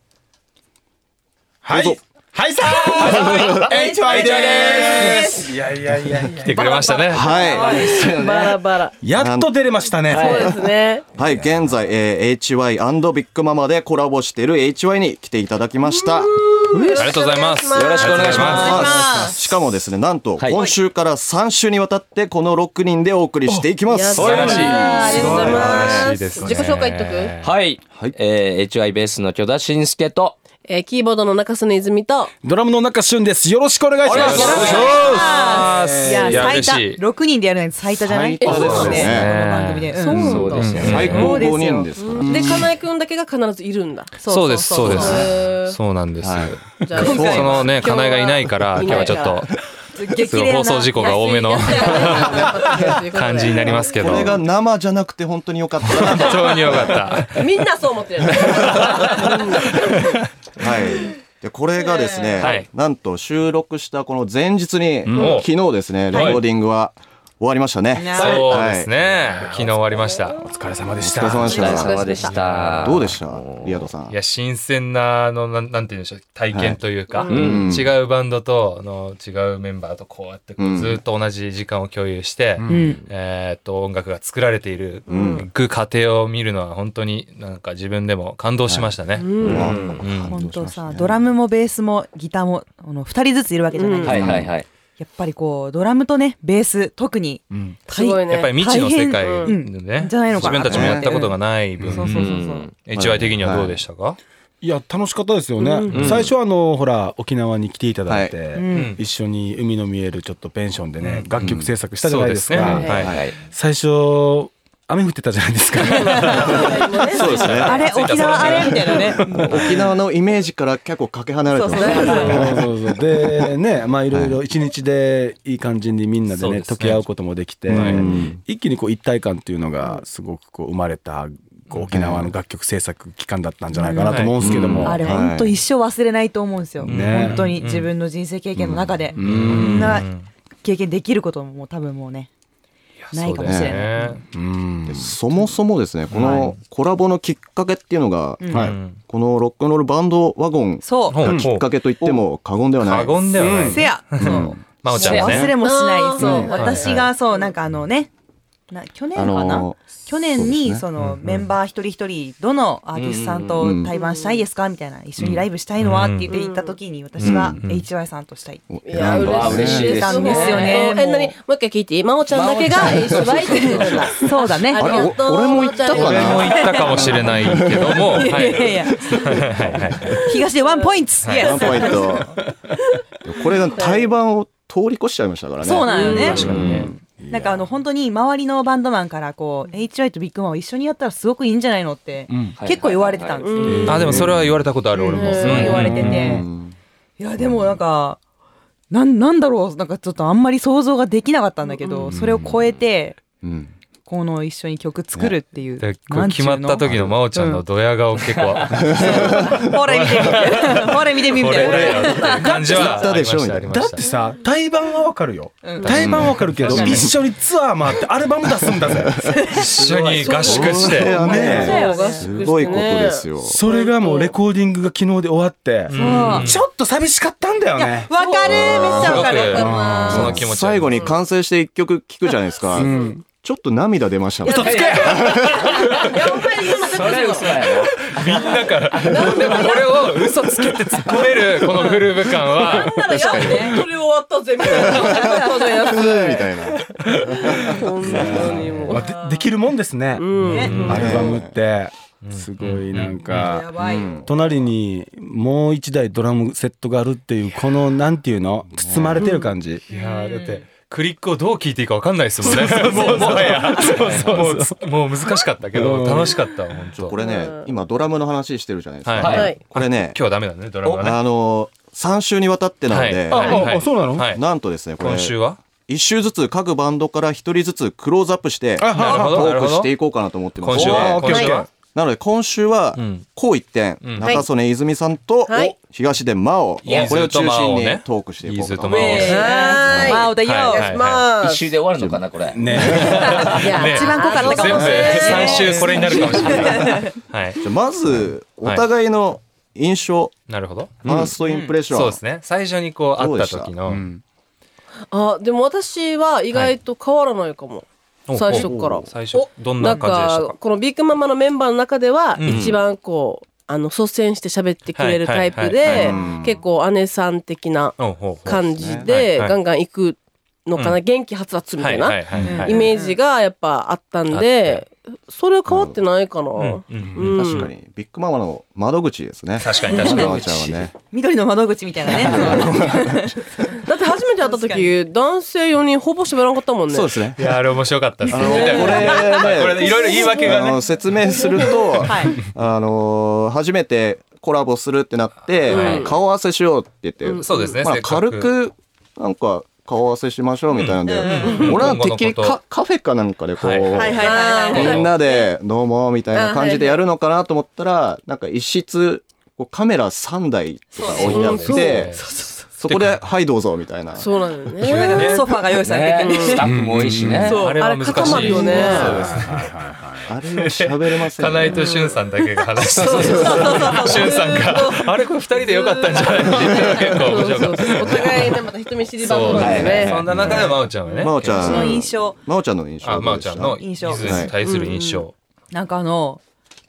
[SPEAKER 9] は
[SPEAKER 6] どう
[SPEAKER 9] い
[SPEAKER 6] ぞ。
[SPEAKER 9] はいさー !HY ですいやいやいやいや
[SPEAKER 7] 来てくれましたね。
[SPEAKER 6] はい
[SPEAKER 8] バラバラ。
[SPEAKER 9] やっと出れましたね。
[SPEAKER 8] そうですね。
[SPEAKER 6] はい、現在、えー HY& ビッグママでコラボしている HY に来ていただきました。よ
[SPEAKER 7] ありがとうございます。よろしくお願いし
[SPEAKER 8] お願いします。
[SPEAKER 6] しかもですね、なんと、今週から3週にわたってこの6人でお送りしていきます。
[SPEAKER 7] 晴らしい
[SPEAKER 8] ありがとうございます。自己紹介言っとく。
[SPEAKER 10] はい、えー HI ベースの許田信介と
[SPEAKER 8] えー、キーボードの中洲の泉と。
[SPEAKER 9] ドラムの中俊です。よろしくお願いします。
[SPEAKER 8] いや、
[SPEAKER 7] いや
[SPEAKER 8] 最
[SPEAKER 7] 嬉しい
[SPEAKER 8] 多。六人でやるのに最多じゃない
[SPEAKER 6] 最多ですね
[SPEAKER 8] この番組で。そう
[SPEAKER 10] そうですよね
[SPEAKER 6] 最高5人ですから。
[SPEAKER 8] で、金井くんだけが必ずいるんだ。
[SPEAKER 7] そうです、そうです
[SPEAKER 8] へ。ー
[SPEAKER 7] そうなんです。
[SPEAKER 8] じゃあ
[SPEAKER 7] そう
[SPEAKER 8] 今回は
[SPEAKER 7] そのね、
[SPEAKER 8] 今日は
[SPEAKER 7] 金井がいないから、今日はちょっと
[SPEAKER 8] 激レアな
[SPEAKER 7] 放送事故が多めの
[SPEAKER 8] 安い安い
[SPEAKER 7] 感じになりますけど
[SPEAKER 6] こ。れが生じゃなくて本当によかったなと。
[SPEAKER 7] 本当によかった。
[SPEAKER 8] みんなそう思ってる。
[SPEAKER 6] はい。でこれがですね、
[SPEAKER 7] はい
[SPEAKER 6] なんと収録したこの前日に、
[SPEAKER 7] ん
[SPEAKER 6] 昨日ですね、レコーディングは終わりましたね。
[SPEAKER 7] そうですね。昨日終わりました。
[SPEAKER 9] お疲れ様でし
[SPEAKER 6] お疲れ様でし
[SPEAKER 10] お疲れ
[SPEAKER 6] た。
[SPEAKER 10] 様でした
[SPEAKER 6] どうでしたリアドさん
[SPEAKER 7] い。や、新鮮な、あの、なんなんて言うんでしょう、体験というか、
[SPEAKER 6] ん
[SPEAKER 7] 違うバンドと、あの、違うメンバーとこうやってこう、
[SPEAKER 6] うん
[SPEAKER 7] ずっと同じ時間を共有して、
[SPEAKER 8] ん
[SPEAKER 7] えーっと、音楽が作られている、いく過程を見るのは本当になんか自分でも感動しましたね。うん
[SPEAKER 8] 本当さ、ドラムもベースもギターも、あの、二人ずついるわけじゃないですか。
[SPEAKER 10] はいはいはい
[SPEAKER 8] やっぱりこう、ドラムとね、ベース、特に、すごい
[SPEAKER 7] やっぱり未知の世界でね、
[SPEAKER 8] じゃないのかな
[SPEAKER 7] 自分たちもやったことがない分、
[SPEAKER 8] そうそうそうそう。
[SPEAKER 7] HY 的にはどうでしたか、
[SPEAKER 9] いや、楽しかったですよね。最初はあの、ほら、沖縄に来ていただいて
[SPEAKER 7] ん、
[SPEAKER 9] 一緒に海の見えるちょっとペンションでね、楽曲制作したじゃないです
[SPEAKER 7] そうですね
[SPEAKER 9] か。
[SPEAKER 7] はい
[SPEAKER 10] はい
[SPEAKER 9] 最初、雨降ってたじゃないですか。
[SPEAKER 6] そうですね。
[SPEAKER 8] あれ、沖縄あれみたいなね。
[SPEAKER 6] 沖縄のイメージから結構かけ離れてますね。
[SPEAKER 9] そうそうそうでねまあいろいろ一日でいい感じにみんなで
[SPEAKER 7] そう
[SPEAKER 9] ね
[SPEAKER 7] ですね
[SPEAKER 9] 溶け合うこともできて、
[SPEAKER 7] はい
[SPEAKER 9] うん一気にこう一体感っていうのがすごくこう生まれたこう沖縄の楽曲制作期間だったんじゃないかなと思うんですけども、
[SPEAKER 8] あれ、本当一 生忘れないと思うんですよ。
[SPEAKER 9] ね
[SPEAKER 8] 本当に自分の人生経験の中で。みんな、経験できることももう多分もうねないかもしれない。
[SPEAKER 7] ね
[SPEAKER 6] でそもそもですねこのコラボのきっかけっていうのが、
[SPEAKER 8] うん
[SPEAKER 7] うん
[SPEAKER 6] このロックンロールバンドワゴン
[SPEAKER 8] そう
[SPEAKER 7] ほう
[SPEAKER 6] がきっかけと言っても過言ではない
[SPEAKER 7] 過言ではない
[SPEAKER 8] せや、そう
[SPEAKER 7] 真央ちゃんが
[SPEAKER 8] 忘
[SPEAKER 7] ね
[SPEAKER 8] れもしない、
[SPEAKER 11] あー
[SPEAKER 8] そう、
[SPEAKER 11] うん
[SPEAKER 8] 私がそうなんかあのねな去年かな、
[SPEAKER 6] あのー
[SPEAKER 8] 去年
[SPEAKER 6] そうです
[SPEAKER 8] に
[SPEAKER 6] ね
[SPEAKER 8] そのメンバー一人一人どのアーティストさんと対バンしたいですかみたいな一緒にライブしたいのはって言って行った時に私は HY さんとしたいって
[SPEAKER 11] いや
[SPEAKER 3] わ嬉しいです
[SPEAKER 8] ね
[SPEAKER 11] 嬉
[SPEAKER 8] うん
[SPEAKER 11] え、なに、もう一回聞いていい、真央ちゃんだけが、え、芝居って言うんだ。
[SPEAKER 8] そうだね
[SPEAKER 11] ありがとう。
[SPEAKER 6] あれお俺も言ったかな
[SPEAKER 11] 真央ちゃん
[SPEAKER 7] 俺も言ったかもしれないけどもはい
[SPEAKER 8] いやいやいや東でワンポイント、イエス
[SPEAKER 6] ワンポイントこれが対バンを通り越しちゃいましたからね
[SPEAKER 8] そうなんよね
[SPEAKER 6] 確かにね
[SPEAKER 8] なんかあの本当に周りのバンドマンからこう HY とビッグマンを一緒にやったらすごくいいんじゃないのって結構言われてたんですよ、
[SPEAKER 7] あでもそれは言われたことある俺も
[SPEAKER 8] すごい言われてて、いやでもなんかなんなんだろうなんかちょっとあんまり想像ができなかったんだけど、それを超えて
[SPEAKER 6] うん
[SPEAKER 8] この一緒に曲作るっていう
[SPEAKER 7] でこ
[SPEAKER 8] な
[SPEAKER 7] うん
[SPEAKER 8] ちゅ
[SPEAKER 7] 決
[SPEAKER 8] う
[SPEAKER 7] ま
[SPEAKER 8] の
[SPEAKER 7] った時の真央ちゃんのドヤ顔結構
[SPEAKER 8] ほら見てみ てほら見てみみたいな
[SPEAKER 7] 俺やっていう感じはありまし
[SPEAKER 6] 言ったた
[SPEAKER 7] あ
[SPEAKER 6] でしょ
[SPEAKER 7] りま
[SPEAKER 9] だ
[SPEAKER 7] し
[SPEAKER 9] ったてさ対バンはわかるよ
[SPEAKER 8] うん
[SPEAKER 9] 対バンはわかるけど一緒にツアー回ってアルバム出すんだぜ
[SPEAKER 7] 一緒に合宿して
[SPEAKER 6] これはねすごいことですよ
[SPEAKER 9] それがもうレコーディングが昨日で終わって
[SPEAKER 8] そう
[SPEAKER 9] ちょっと寂しかったんだよね
[SPEAKER 8] わかるめっちゃわか
[SPEAKER 7] すごく
[SPEAKER 8] る
[SPEAKER 7] その気持ち
[SPEAKER 6] 最後に完成して一曲聴くじゃないですか、ちょっと涙出ましたもん
[SPEAKER 9] 嘘つけ
[SPEAKER 3] それ嘘やよ
[SPEAKER 7] みんなからでもこれを嘘つけって突っ込めるこのグルーヴ感は
[SPEAKER 8] 確かにね
[SPEAKER 11] れ終わったぜみたいな。
[SPEAKER 6] みたいな
[SPEAKER 11] 本当にもう。
[SPEAKER 9] まあでできるもんですね
[SPEAKER 8] ね
[SPEAKER 9] アルバムってすごいなん
[SPEAKER 8] や
[SPEAKER 9] か
[SPEAKER 8] ばい、
[SPEAKER 9] 隣にもう一台ドラムセットがあるっていうこのなんていうの包まれてる感じ
[SPEAKER 7] いやーだってクリックをどう聞いていいかわかんないですもんねもうもはやもうもう難しかったけど楽しかった本当
[SPEAKER 6] これね今ドラムの話してるじゃないですか、
[SPEAKER 7] はい
[SPEAKER 11] はい。
[SPEAKER 6] これね
[SPEAKER 7] 今日はダメだねドラムはね
[SPEAKER 6] あの3週にわたってなので、
[SPEAKER 7] はいはい
[SPEAKER 9] ああそうなの
[SPEAKER 7] はい
[SPEAKER 6] なんとですねこれ
[SPEAKER 7] 今週は
[SPEAKER 6] 1週ずつ各バンドから1人ずつクローズアップしてト
[SPEAKER 9] あなる
[SPEAKER 7] ほどなる
[SPEAKER 6] ー
[SPEAKER 7] ほ
[SPEAKER 6] ク
[SPEAKER 7] ど
[SPEAKER 6] していこうかなと思ってます
[SPEAKER 7] 今週は
[SPEAKER 6] おー
[SPEAKER 7] 今週は
[SPEAKER 6] なので今週は
[SPEAKER 7] うん
[SPEAKER 6] こう一点、
[SPEAKER 7] ん
[SPEAKER 6] 中曽根泉さんと、
[SPEAKER 11] はい
[SPEAKER 6] お東出真央
[SPEAKER 7] いや
[SPEAKER 6] これを
[SPEAKER 7] ず
[SPEAKER 6] 中
[SPEAKER 7] っと真
[SPEAKER 6] 心
[SPEAKER 7] 央
[SPEAKER 6] に
[SPEAKER 7] ね
[SPEAKER 6] トークしてい
[SPEAKER 7] イ
[SPEAKER 6] こ
[SPEAKER 7] ー
[SPEAKER 6] うか
[SPEAKER 7] ズ
[SPEAKER 6] な
[SPEAKER 7] とマオ
[SPEAKER 11] はい。
[SPEAKER 8] まあおだよ、
[SPEAKER 7] はいはい
[SPEAKER 11] ま
[SPEAKER 3] 一
[SPEAKER 11] あ、
[SPEAKER 3] 周で終わるのかなこれ
[SPEAKER 9] ね
[SPEAKER 11] いや
[SPEAKER 7] ね
[SPEAKER 8] 一番濃かったか
[SPEAKER 7] 全
[SPEAKER 8] も
[SPEAKER 7] 部
[SPEAKER 8] しれない
[SPEAKER 7] 最終これになるかもしれないはい
[SPEAKER 6] じゃあまずお互いの印象、
[SPEAKER 7] なるほど
[SPEAKER 6] ファーストインプレッション、
[SPEAKER 7] そうですね最初にこう
[SPEAKER 6] どう
[SPEAKER 7] 会っ
[SPEAKER 6] で
[SPEAKER 7] た
[SPEAKER 6] した
[SPEAKER 7] 時の
[SPEAKER 11] あ、でも私は意外と変わらないかも。
[SPEAKER 7] お
[SPEAKER 11] 最初から
[SPEAKER 7] お最初どんな感じでした
[SPEAKER 11] なん
[SPEAKER 7] か
[SPEAKER 11] このビッグママのメンバーの中では
[SPEAKER 7] うん
[SPEAKER 11] 一番こう、あの率先して喋ってくれるタイプ
[SPEAKER 7] はいはい
[SPEAKER 11] で
[SPEAKER 6] はいはい
[SPEAKER 11] 結構姉さん的な
[SPEAKER 7] おうほうほう
[SPEAKER 11] 感じ
[SPEAKER 7] そうですね
[SPEAKER 11] で
[SPEAKER 7] はい
[SPEAKER 11] ガンガン行くのかな、
[SPEAKER 7] う
[SPEAKER 11] 元気はつらつみたいな、
[SPEAKER 7] はいはいはいはい
[SPEAKER 11] イメージがやっぱあったんで、それは変わってないかな、
[SPEAKER 7] うんうん
[SPEAKER 11] うん
[SPEAKER 6] 確かにビッグママの窓口ですね
[SPEAKER 7] 確かに確かに
[SPEAKER 6] ママちゃんはね
[SPEAKER 8] 緑の窓口みたい な ね
[SPEAKER 11] だって初めて会った
[SPEAKER 8] 確かに
[SPEAKER 11] 時男性4人ほぼ喋らんかったもんね
[SPEAKER 6] そうですね
[SPEAKER 7] いやあれ面白かったですね。
[SPEAKER 6] あのこれね
[SPEAKER 7] これねいろいろ言い訳が
[SPEAKER 6] あ
[SPEAKER 7] ね。
[SPEAKER 6] の説明すると、
[SPEAKER 8] はい
[SPEAKER 6] あのー初めてコラボするってなって、
[SPEAKER 7] はい
[SPEAKER 6] 顔合わせしようって言って、
[SPEAKER 7] そうですね。
[SPEAKER 6] まあ、
[SPEAKER 7] せっか
[SPEAKER 6] 軽くなんか顔合わせしましょうみたいなんで、俺はてっき
[SPEAKER 7] 今
[SPEAKER 6] り
[SPEAKER 7] 後のこと
[SPEAKER 6] カカフェかなんかでこう、
[SPEAKER 7] はいはい
[SPEAKER 11] はいはいはいはい
[SPEAKER 6] みんなで「どうも」みたいな感じでやるのかなと思ったらなんか一室こうカメラ3台とか置いてあっ
[SPEAKER 11] そう
[SPEAKER 6] てそこで「はいどうぞ」みたいな。
[SPEAKER 11] そうなんだよ ね
[SPEAKER 8] ソファーが用意されてて、
[SPEAKER 3] ねスタッフも多いしね
[SPEAKER 11] そう
[SPEAKER 7] あれは難しい
[SPEAKER 11] 固まるよね
[SPEAKER 6] あれ喋れません、
[SPEAKER 7] 金井と俊さんだけが話して 俊さんが、あれこれ二人でよかったんじゃないって言って結構面白か
[SPEAKER 11] そ
[SPEAKER 7] っ
[SPEAKER 11] うそうそうお互いねまた人見知り
[SPEAKER 7] た。
[SPEAKER 11] バン
[SPEAKER 7] そう
[SPEAKER 11] ドなん
[SPEAKER 7] だ
[SPEAKER 11] でね
[SPEAKER 7] ね。そんな中で真央ちゃんはね。
[SPEAKER 6] 真央ちゃ
[SPEAKER 8] その
[SPEAKER 6] ん
[SPEAKER 8] 印象
[SPEAKER 6] 真央ちゃんの印象
[SPEAKER 7] あ、
[SPEAKER 6] ど
[SPEAKER 7] 真央
[SPEAKER 6] うで
[SPEAKER 7] ち
[SPEAKER 6] し
[SPEAKER 7] ゃ
[SPEAKER 6] た
[SPEAKER 7] んの
[SPEAKER 8] 印象
[SPEAKER 7] 伊豆に対する印象。
[SPEAKER 8] なんかあの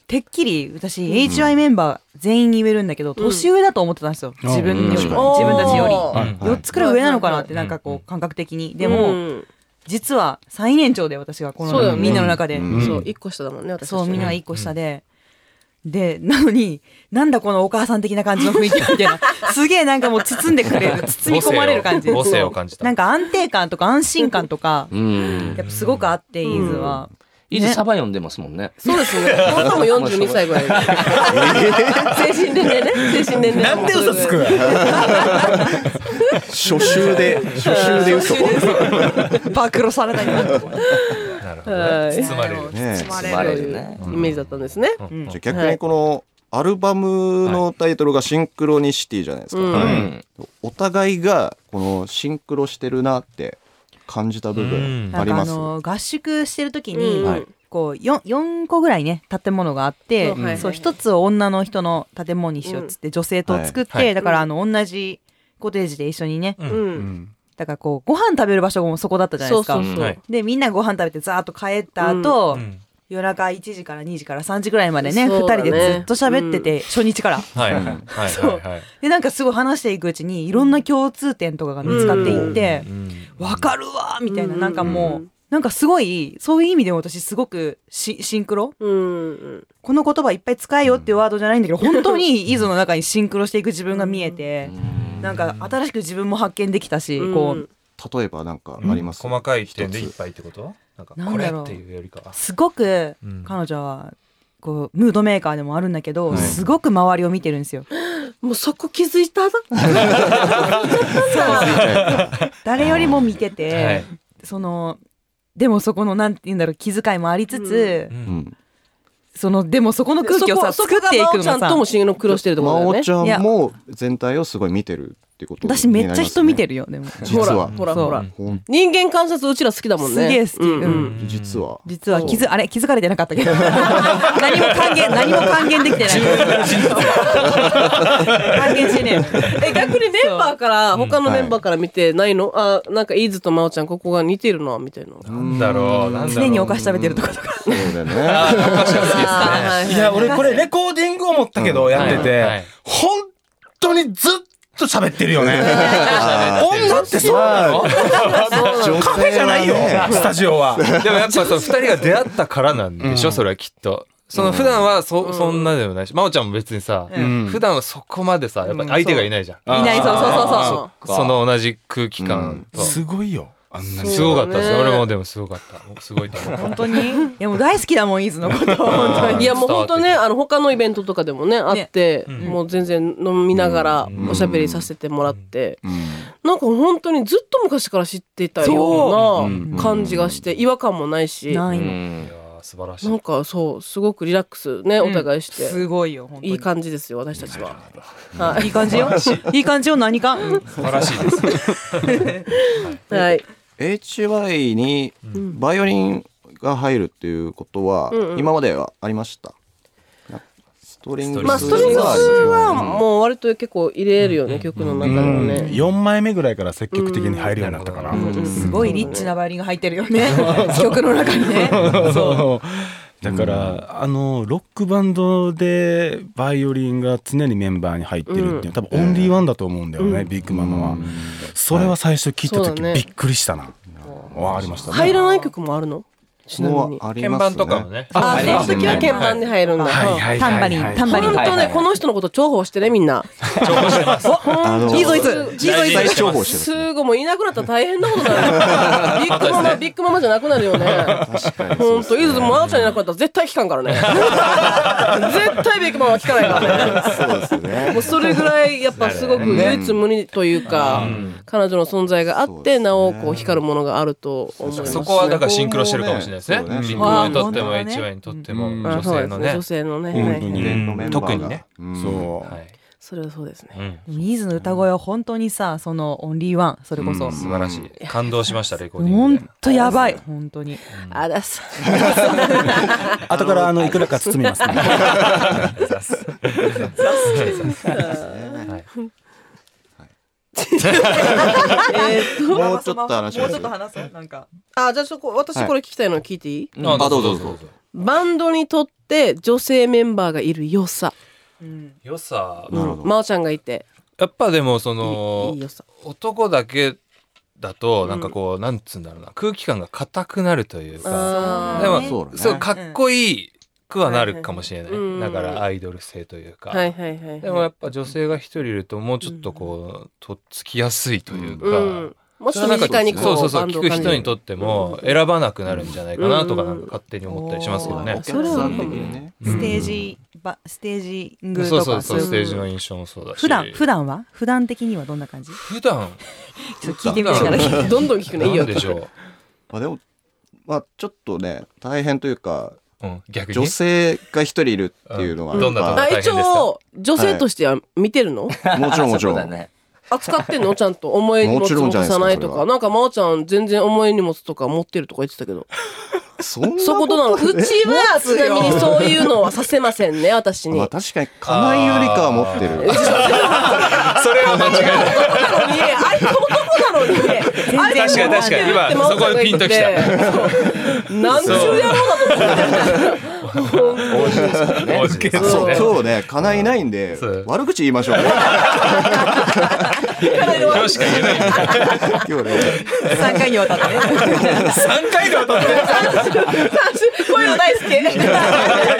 [SPEAKER 8] てっきり私 HY メンバー全員に言えるんだけど、年上だと思ってたんですよ自分より、
[SPEAKER 6] うん
[SPEAKER 8] 自分たちより
[SPEAKER 11] おー
[SPEAKER 7] うん
[SPEAKER 8] 4つくらい上なのかなってなんかこう感覚的にで
[SPEAKER 11] う
[SPEAKER 8] も、
[SPEAKER 11] ん
[SPEAKER 8] 実は最年長で私がこ
[SPEAKER 11] そうだ
[SPEAKER 8] の
[SPEAKER 11] よね
[SPEAKER 8] みんなの中で、
[SPEAKER 6] ん
[SPEAKER 11] そう一個下だもんね私たち
[SPEAKER 8] そうみんなが1個下で、でなのになんだこのお母さん的な感じの雰囲気みたいなすげえなんかもう包んでくれる包み込まれる感じ
[SPEAKER 7] 母性を母性を感じた
[SPEAKER 8] なんか安定感とか安心感とか
[SPEAKER 3] うん
[SPEAKER 8] やっぱすごくあってイーズは、
[SPEAKER 3] 伊豆サバ読んでますもんね
[SPEAKER 11] そうですねこの子も42歳ぐらいで精神年齢ね精神年齢
[SPEAKER 9] なんで嘘つく
[SPEAKER 6] 初週で初週で嘘
[SPEAKER 8] 暴露されたりとか
[SPEAKER 7] なるほど
[SPEAKER 11] は
[SPEAKER 7] ね。
[SPEAKER 11] い
[SPEAKER 7] 包まれる。
[SPEAKER 6] ねえ
[SPEAKER 8] ま
[SPEAKER 3] 生
[SPEAKER 8] れ
[SPEAKER 3] ま
[SPEAKER 8] る
[SPEAKER 3] れるね
[SPEAKER 11] イメージだったんですね
[SPEAKER 6] じゃあ逆にこのアルバムのタイトルが「シンクロニシティ」じゃないですか、
[SPEAKER 11] うん
[SPEAKER 3] うん
[SPEAKER 6] お互いがこのシンクロしてるなって感じた部分
[SPEAKER 8] な
[SPEAKER 6] あ
[SPEAKER 8] ん
[SPEAKER 6] り
[SPEAKER 8] かあ
[SPEAKER 6] ます。
[SPEAKER 8] の合宿してる時に、
[SPEAKER 6] うんはい
[SPEAKER 8] こう 4, 4個ぐらいね建物があって、
[SPEAKER 11] うんはい
[SPEAKER 8] そう一つを女の人の建物にしようっつって女性と作って、
[SPEAKER 7] はいはい
[SPEAKER 8] だからあの同じコテージで一緒にね、
[SPEAKER 7] うん
[SPEAKER 11] うん
[SPEAKER 8] だからこうご飯食べる場所もそこだったじゃないですか。
[SPEAKER 11] そうそうそう
[SPEAKER 7] はい
[SPEAKER 8] でみんなご飯食べてザーッと帰った後、
[SPEAKER 7] うん
[SPEAKER 8] 夜中1時から2時から3時ぐらいまでね
[SPEAKER 11] そ
[SPEAKER 8] 2
[SPEAKER 11] うだ
[SPEAKER 8] 人
[SPEAKER 11] ね
[SPEAKER 8] でずっと喋ってて、初日から。
[SPEAKER 7] はいはいはいはいはい
[SPEAKER 8] でなんかすごい話していくうちにいろんな共通点とかが見つかっていって「わ、かるわ」みたいな、
[SPEAKER 11] うん
[SPEAKER 8] なんかも
[SPEAKER 11] う
[SPEAKER 8] うなんかすごいそういう意味でも私すごくシシンクロ
[SPEAKER 11] うん
[SPEAKER 8] この言葉いっぱい使えよっていうワードじゃないんだけど本当にイズの中にシンクロしていく自分が見えて、なんか新しく自分も発見できたし、
[SPEAKER 11] うん
[SPEAKER 8] こう
[SPEAKER 6] 例えばなんかあります。
[SPEAKER 7] 細かい点でい
[SPEAKER 6] 一
[SPEAKER 7] っ
[SPEAKER 6] つ
[SPEAKER 7] ぱいってことなんか
[SPEAKER 8] な
[SPEAKER 7] こ
[SPEAKER 8] ん
[SPEAKER 7] れ
[SPEAKER 8] だろ
[SPEAKER 7] っ
[SPEAKER 8] う
[SPEAKER 7] ていうよりかは
[SPEAKER 8] すごく
[SPEAKER 7] うん
[SPEAKER 8] 彼女はこうムードメーカーでもあるんだけど、すごく周りを見てるんですよ。
[SPEAKER 11] もうそこ気づいた
[SPEAKER 8] 誰よりも見てて、
[SPEAKER 7] はい
[SPEAKER 8] そのでもそこのなんて言うんだろう気遣いもありつつ、
[SPEAKER 7] うん
[SPEAKER 6] うん。
[SPEAKER 8] そのでもそこの空気をさ
[SPEAKER 11] そこ
[SPEAKER 8] 作っていくの
[SPEAKER 11] そこが真央
[SPEAKER 8] が
[SPEAKER 11] ちゃ
[SPEAKER 8] さ
[SPEAKER 11] んともしげの苦労してると
[SPEAKER 6] ま
[SPEAKER 11] 思うん
[SPEAKER 6] お
[SPEAKER 11] だよね
[SPEAKER 6] ちゃ
[SPEAKER 8] いや
[SPEAKER 6] んも全体をすごい見てるってことになります
[SPEAKER 8] 私
[SPEAKER 6] ね。
[SPEAKER 8] めっちゃ人見てるよでも
[SPEAKER 6] 実は
[SPEAKER 11] ほらほらほら
[SPEAKER 6] ほん
[SPEAKER 11] 人間観察うちら好きだもんね
[SPEAKER 8] すげえ好き
[SPEAKER 11] うん
[SPEAKER 8] うん
[SPEAKER 6] 実は。
[SPEAKER 8] 実は気づあれ気づかれてなかっ たけど何も還元何も還元できてない還元してね
[SPEAKER 11] え逆にメンバーから他のメンバーから見てないの、あなんかイーズと真央ちゃんここが似てるなみたいな
[SPEAKER 7] なんだろうなんだろう
[SPEAKER 8] 常にお菓子食べてるとことか
[SPEAKER 6] そうだよね。
[SPEAKER 11] あーはい
[SPEAKER 9] いや、俺これレコーディングを持ったけど、やって
[SPEAKER 7] はいはい
[SPEAKER 9] て、本当にずっと喋ってるよね。女ってそうなのカフェじゃないよ、スタジオは。
[SPEAKER 7] でもやっぱその二人が出会ったからなんでしょ、それはきっと。その普段はそ,、そんなでもないし、真央ちゃんも別にさ、普段はそこまでさ、やっぱ相手がいないじゃん。
[SPEAKER 8] いないそうそうそうそう
[SPEAKER 7] その同じ空気感と、す
[SPEAKER 9] すごいよ、あんなに。
[SPEAKER 7] すごかったです、
[SPEAKER 11] そうだね
[SPEAKER 7] 俺もでもすごかった。すごいと思う。
[SPEAKER 8] 本当にいやもう大好きだもんイーズの こと本当に
[SPEAKER 11] いやもう本当ねあの他のイベントとかでもねあって、
[SPEAKER 7] うん
[SPEAKER 11] もう全然飲みながらおしゃべりさせてもらって、なんか本当にずっと昔から知っていたような感じがして違和感もないし、
[SPEAKER 8] な
[SPEAKER 11] ない
[SPEAKER 8] の
[SPEAKER 7] いやー素晴らしい
[SPEAKER 11] ん。かそうすごくリラックスねお互いして、
[SPEAKER 8] すごいよ本当に
[SPEAKER 11] いい感じですよ私たちは。
[SPEAKER 8] いい感じよ いい感じよ何かうん
[SPEAKER 7] 素晴らしいです。
[SPEAKER 11] はい。
[SPEAKER 6] HY にバイオリンが入るっていうことは
[SPEAKER 11] うんうん
[SPEAKER 6] 今まではありましたなストリングス
[SPEAKER 11] まあストリングスはもう割と結構入れるよね、曲の中でもね。
[SPEAKER 9] 4枚目ぐらいから積極的に入るようになったかな。
[SPEAKER 8] すごいリッチなバイオリンが入ってるよね 曲の中 にね
[SPEAKER 9] そうだから、あのロックバンドでバイオリンが常にメンバーに入ってるっていう、多分オンリーワンだと思うんだよね、ビッグママは、それは最初聞いた
[SPEAKER 11] そう
[SPEAKER 9] 時、
[SPEAKER 11] だね
[SPEAKER 9] びっくりしたな、わありましたね
[SPEAKER 11] 入らない曲もあるのちなみ
[SPEAKER 6] もう
[SPEAKER 11] に。
[SPEAKER 6] あり
[SPEAKER 7] 鍵
[SPEAKER 6] ます
[SPEAKER 7] 盤
[SPEAKER 6] ね
[SPEAKER 7] とかもね。
[SPEAKER 11] あ、その時は鍵盤で入るんだ。
[SPEAKER 9] はいはいはい
[SPEAKER 8] タンバリンタンバリン
[SPEAKER 11] 本当ね、この人のこと重宝してね、みんな。
[SPEAKER 6] あの
[SPEAKER 8] いいぞいいぞいいぞいいぞ
[SPEAKER 6] 大重宝してる
[SPEAKER 11] すごい、もういなくなったら大変なことになる。ビッグママ、ビッグママじゃなくなるよね。本当、いずもあちゃんいなくなったら絶対聞かんからね。絶対ビッグママは聞かないからね。
[SPEAKER 6] そうですね
[SPEAKER 11] もうそれぐらいやっぱすごく唯一無二というか、彼女の存在があってなおこう光るものがあると思います
[SPEAKER 7] そこはだからシンクロしてるかもしれないですね。
[SPEAKER 6] そうね
[SPEAKER 7] ビッグマンにとって
[SPEAKER 8] う
[SPEAKER 7] も
[SPEAKER 8] ん
[SPEAKER 7] HY にとっても
[SPEAKER 9] うん
[SPEAKER 7] 女性のね
[SPEAKER 11] あそうで。す女性のね、はい
[SPEAKER 9] 本
[SPEAKER 11] は
[SPEAKER 9] 当
[SPEAKER 11] い
[SPEAKER 9] に、
[SPEAKER 6] 伝のメンバーが
[SPEAKER 7] 特にね
[SPEAKER 6] うん
[SPEAKER 9] そう、
[SPEAKER 7] はい
[SPEAKER 11] それはそうですね
[SPEAKER 7] うん
[SPEAKER 8] ニーズの歌声は本当にさそのオンリーワンそれこそ
[SPEAKER 7] 素晴らしい。感動しました、レコーディングで
[SPEAKER 8] 本。当やばい本当に
[SPEAKER 11] あだす
[SPEAKER 9] 後からあのいくらか包みますね
[SPEAKER 6] もうちょっと話し
[SPEAKER 8] も
[SPEAKER 6] ま
[SPEAKER 8] う
[SPEAKER 6] す
[SPEAKER 8] ちょっと話そうなんか
[SPEAKER 11] あじゃあそこ私これ聞きたいの聞いていい、
[SPEAKER 7] あ
[SPEAKER 6] あどうぞどうぞ
[SPEAKER 11] バンドにとって女性メンバーがいる良さ
[SPEAKER 7] 良さ、
[SPEAKER 6] なるほど
[SPEAKER 11] 真央ちゃんがいて
[SPEAKER 7] やっぱでもそ
[SPEAKER 11] い
[SPEAKER 7] の
[SPEAKER 11] い良さ
[SPEAKER 7] 男だけだとなんかこう、なんつうんだろうな空気感が硬くなるというか、
[SPEAKER 11] あ
[SPEAKER 7] でも
[SPEAKER 6] そうだね
[SPEAKER 7] そうかっこいいくはなるかもしれない、
[SPEAKER 11] はいはい
[SPEAKER 7] だからアイドル性というか、
[SPEAKER 11] ーはいはいはい、はい、
[SPEAKER 7] でもやっぱ女性が一人いるともうちょっとこう、とっつきやすいというか、
[SPEAKER 11] うん、もっ
[SPEAKER 7] それ
[SPEAKER 11] と
[SPEAKER 7] はな
[SPEAKER 11] 身
[SPEAKER 7] んか
[SPEAKER 11] 近にこう
[SPEAKER 7] そうそうそう
[SPEAKER 11] バン
[SPEAKER 7] 聞
[SPEAKER 11] ドを
[SPEAKER 7] く
[SPEAKER 11] 感じる
[SPEAKER 7] 人にとっても選ばなくなるんじゃないかなとかなんか勝手に思ったりしますけどね
[SPEAKER 6] お、
[SPEAKER 11] そ
[SPEAKER 6] 客
[SPEAKER 11] れは
[SPEAKER 6] さ
[SPEAKER 11] なんん
[SPEAKER 6] 的
[SPEAKER 11] かもう
[SPEAKER 6] にね
[SPEAKER 8] ステージばステージング
[SPEAKER 7] そう
[SPEAKER 8] と
[SPEAKER 7] そう
[SPEAKER 8] か
[SPEAKER 7] そ
[SPEAKER 8] そうう
[SPEAKER 7] ス
[SPEAKER 8] い
[SPEAKER 7] テ
[SPEAKER 8] う
[SPEAKER 7] ージの印象もそうだし
[SPEAKER 8] 普段普段は普段的にはどんな感じ
[SPEAKER 7] 普段
[SPEAKER 8] ちょっと聞いてみながら
[SPEAKER 7] 普段
[SPEAKER 11] どんどん聞くねいい
[SPEAKER 7] な
[SPEAKER 11] よ
[SPEAKER 7] んでしょ
[SPEAKER 6] まあでもまあちょっとね大変というか
[SPEAKER 7] う、うん、逆に
[SPEAKER 6] 女性が一人いるっていうのは
[SPEAKER 7] うんどんなとこ
[SPEAKER 11] あ
[SPEAKER 7] 大変です
[SPEAKER 11] 一
[SPEAKER 7] か
[SPEAKER 11] 応女性としては見てるの、
[SPEAKER 6] もちろんもち
[SPEAKER 10] そ
[SPEAKER 6] ろ
[SPEAKER 10] うだ
[SPEAKER 6] ん
[SPEAKER 10] ね
[SPEAKER 11] 扱ってんのちゃんと重い荷物
[SPEAKER 6] もちろん
[SPEAKER 11] 持
[SPEAKER 6] じゃ
[SPEAKER 11] た
[SPEAKER 6] ないですか
[SPEAKER 11] ないと
[SPEAKER 6] そ
[SPEAKER 11] か
[SPEAKER 6] れは
[SPEAKER 11] なんか真央ちゃん全然重い荷物とか持ってるとか言ってたけど
[SPEAKER 6] そんな
[SPEAKER 11] そういうことなのうちはちなみにそういうのはさせません ね私に
[SPEAKER 6] まあ確かに家内よりかは持ってる
[SPEAKER 7] それは間違いない
[SPEAKER 11] 男なのにねあい
[SPEAKER 7] 確
[SPEAKER 11] つ
[SPEAKER 7] かに確かに今そこにピンときた
[SPEAKER 11] なんちゅう野郎だと思ってるんだよ
[SPEAKER 6] 王子ですからね
[SPEAKER 7] 王子ですね
[SPEAKER 6] そう今日ね家内いないんで悪口言いましょうね
[SPEAKER 7] よしか言えない
[SPEAKER 6] 今日ね
[SPEAKER 8] 三回にわたってね。
[SPEAKER 7] 3回で渡って
[SPEAKER 11] こういうの大好き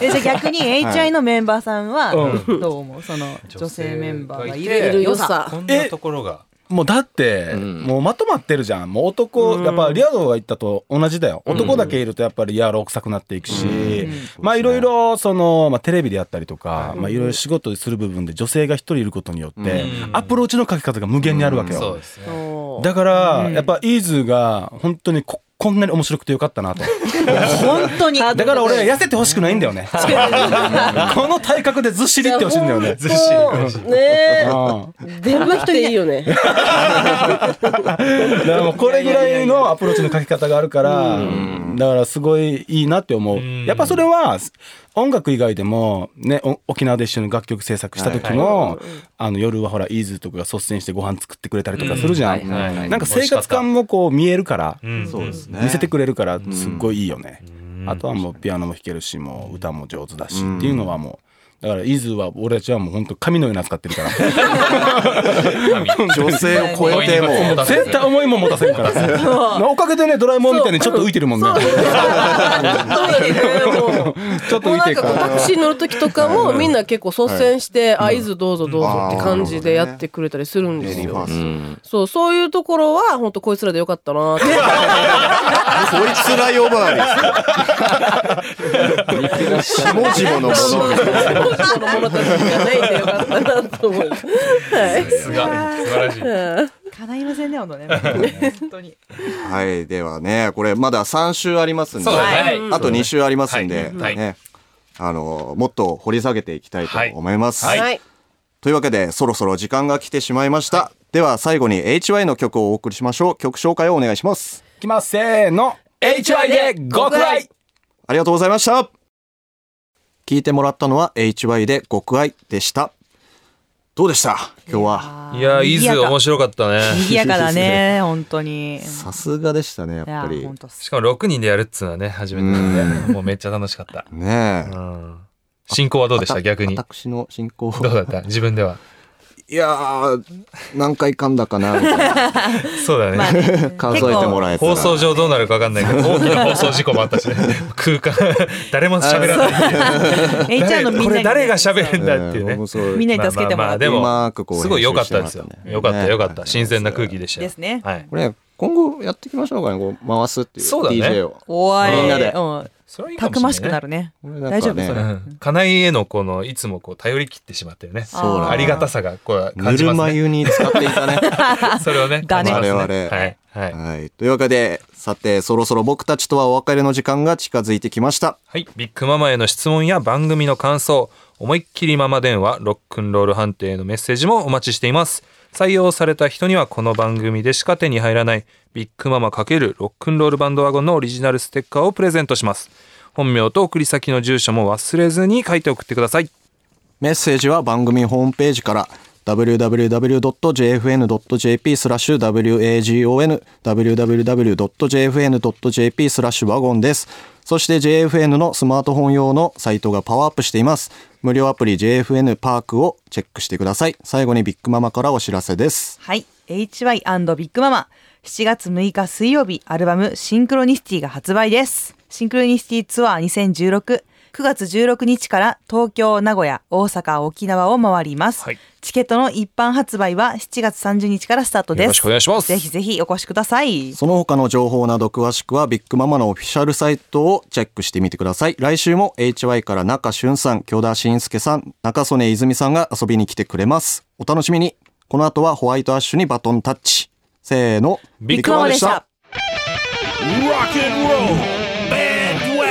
[SPEAKER 8] えじゃあ逆に HI のメンバーさんは
[SPEAKER 9] う
[SPEAKER 8] どう思うその女性メンバーがい
[SPEAKER 7] 女性がい
[SPEAKER 8] る
[SPEAKER 7] て
[SPEAKER 8] 良さ。
[SPEAKER 7] こんなところが
[SPEAKER 9] もうだって、もうまとまってるじゃんもう男、やっぱリアドが言ったと同じだよ男だけいるとやっぱりリアル臭くなっていくし、まあいろいろその、まあ、テレビでやったりとか、いまあ、いろいろ仕事する部分で女性が一人いることによって、アプローチのかけ方が無限にあるわけ
[SPEAKER 7] そう
[SPEAKER 9] よ
[SPEAKER 7] で、すね
[SPEAKER 9] だから、やっぱイーズが本当にここんなに面白くてよかったなと
[SPEAKER 8] 本当に。
[SPEAKER 9] だから俺は痩せてほしくないんだよねこの体格でずっしりってほしいんだよね
[SPEAKER 7] ずっしり
[SPEAKER 11] ね
[SPEAKER 9] うん
[SPEAKER 11] え電話一人いいよね
[SPEAKER 9] だからもうこれぐらいのアプローチの書き方があるから、だからすごいいいなって思う。やっぱそれは音楽以外でも、ね、お沖縄で一緒に楽曲制作した時も、あの夜はほら、イーズとかが率先してご飯作ってくれたりとかするじゃ
[SPEAKER 10] は
[SPEAKER 9] ん。
[SPEAKER 10] いはい
[SPEAKER 9] なんか生活感もこう見えるから、
[SPEAKER 6] そうですね
[SPEAKER 9] 見せてくれるから、すっごいいいよね。あとはもうピアノも弾けるし、もう歌も上手だしっていうのはもう、だからイーズは俺たちはもう本当神のように扱ってるから。
[SPEAKER 6] 女性を超えてもう
[SPEAKER 9] 絶対重いもん持たせるからおかげでねドラえもんみたいにちょっと浮いてるもんね
[SPEAKER 11] そうだねもう
[SPEAKER 9] ちょっと
[SPEAKER 11] もう
[SPEAKER 9] 浮い
[SPEAKER 11] な
[SPEAKER 9] て
[SPEAKER 11] ん
[SPEAKER 9] る
[SPEAKER 11] か
[SPEAKER 9] か
[SPEAKER 11] こうタ
[SPEAKER 9] ら
[SPEAKER 11] クシー乗る時とかもみんな結構率先して「あいずどうぞどうぞ」って感じでやってくれたりするんで
[SPEAKER 6] レ
[SPEAKER 11] す
[SPEAKER 6] ディーファ
[SPEAKER 11] よ
[SPEAKER 6] ー。ス
[SPEAKER 11] そうそういうところは本当こいつらでよかったなって
[SPEAKER 6] こいつら呼ばわりです下々のもの
[SPEAKER 11] 本当の者たちじゃないんでよかったなと思う。はい。
[SPEAKER 7] すが素晴らしい
[SPEAKER 8] 叶いませんね、ほんとね。本当に。
[SPEAKER 6] はいではねこれまだ3週ありますんで
[SPEAKER 7] そうだね
[SPEAKER 6] あと2週ありますん
[SPEAKER 7] は
[SPEAKER 6] で
[SPEAKER 7] いはい
[SPEAKER 6] ねあのもっと掘り下げていきたいと思います
[SPEAKER 7] はい
[SPEAKER 11] はい。
[SPEAKER 6] というわけでそろそろ時間が来てしまいましたでは最後に HY の曲をお送りしましょう曲紹介をお願いします
[SPEAKER 9] いきますせーの HY で極愛
[SPEAKER 6] ありがとうございました聞いてもらったのは HY で極愛でしたどうでした今日はい
[SPEAKER 7] やイズ面
[SPEAKER 8] 面
[SPEAKER 7] 白かったね
[SPEAKER 8] 賑やかだね、本当に。
[SPEAKER 6] さすがでしたねやっ
[SPEAKER 8] い
[SPEAKER 6] ぱ
[SPEAKER 8] や、
[SPEAKER 6] り
[SPEAKER 8] 本当。
[SPEAKER 7] しかも6人でやるっつうのはね初めてなんでもうめっちゃ楽しかった
[SPEAKER 6] ねえ
[SPEAKER 7] うん進行はどうでした
[SPEAKER 6] わた
[SPEAKER 7] 逆にど
[SPEAKER 6] 私の進行
[SPEAKER 7] うだった自分ではい
[SPEAKER 6] やー何回噛んだかなみたいな
[SPEAKER 7] そうだね
[SPEAKER 6] 数えてもらえたら
[SPEAKER 7] 放送上どうなるか分かんないけど大きな放送事故もあった しね空間誰も喋らない
[SPEAKER 8] HR のみんなにね。
[SPEAKER 7] これ誰が喋るんだっていうね
[SPEAKER 6] うんそう
[SPEAKER 8] みんなに助けてもらって。
[SPEAKER 7] でも
[SPEAKER 6] うまくこう
[SPEAKER 7] すごい良かったですよ
[SPEAKER 6] 編集してもらってね
[SPEAKER 7] 良かった
[SPEAKER 6] ね
[SPEAKER 7] 良かった新鮮な空気でしたよ
[SPEAKER 8] ですね
[SPEAKER 7] はい
[SPEAKER 6] これ今後やっていきましょうかねこう回すっていう
[SPEAKER 7] そうだね
[SPEAKER 6] DJ を
[SPEAKER 8] おい。
[SPEAKER 7] みん
[SPEAKER 6] なで
[SPEAKER 8] うん
[SPEAKER 7] それはいいか
[SPEAKER 8] た
[SPEAKER 7] も
[SPEAKER 8] くまし
[SPEAKER 7] し
[SPEAKER 8] く
[SPEAKER 7] れな
[SPEAKER 8] ない
[SPEAKER 7] ね
[SPEAKER 8] るね。
[SPEAKER 6] これなんかね
[SPEAKER 8] 大丈夫それ。
[SPEAKER 7] うん家内へのこのいつもこう頼り切ってしまってるね
[SPEAKER 6] そうなんだ
[SPEAKER 7] ありがたさがこう
[SPEAKER 6] ぬ
[SPEAKER 7] 感じ
[SPEAKER 6] る
[SPEAKER 7] ます
[SPEAKER 6] ま
[SPEAKER 7] ね
[SPEAKER 6] 湯に使っていたね。
[SPEAKER 7] それをね
[SPEAKER 8] だね
[SPEAKER 7] 感じます
[SPEAKER 6] 我々
[SPEAKER 7] はいはい
[SPEAKER 6] はい。というわけで、さて、そろそろ僕たちとはお別れの時間が近づいてきました。
[SPEAKER 7] はい。ビッグママへの質問や番組の感想、思いっきりママ電話、ロックンロール判定へのメッセージもお待ちしています。採用された人にはこの番組でしか手に入らないビッグママ×ロックンロールバンドワゴンのオリジナルステッカーをプレゼントします。本名と送り先の住所も忘れずに書いて送ってください。
[SPEAKER 6] メッセージは番組ホームページから、www.jfn.jp スラッシュ wagon www.jfn.jp スラッシュワゴンです。そして JFN のスマートフォン用のサイトがパワーアップしています。無料アプリ JFN パークをチェックしてください。最後にビッグママからお知らせです。
[SPEAKER 8] はい。HY& ビッグママ。7月6日水曜日、アルバムシンクロニシティが発売です。シンクロニシティツアー2016。9月16日から東京、名古屋、大阪、沖縄を回ります。
[SPEAKER 7] はい
[SPEAKER 8] チケットの一般発売は7月30日からスタートです。
[SPEAKER 7] よろしくお願いします
[SPEAKER 8] ぜひぜひお越しください。
[SPEAKER 6] その他の情報など詳しくはビッグママのオフィシャルサイトをチェックしてみてください。来週も HY から中俊さん、京田慎介さん、中曽根泉さんが遊びに来てくれます。お楽しみに。この後はホワイトアッシュにバトンタッチ。せーの。
[SPEAKER 7] ビッグ
[SPEAKER 8] ビッグママでした。
[SPEAKER 3] Rock and Roll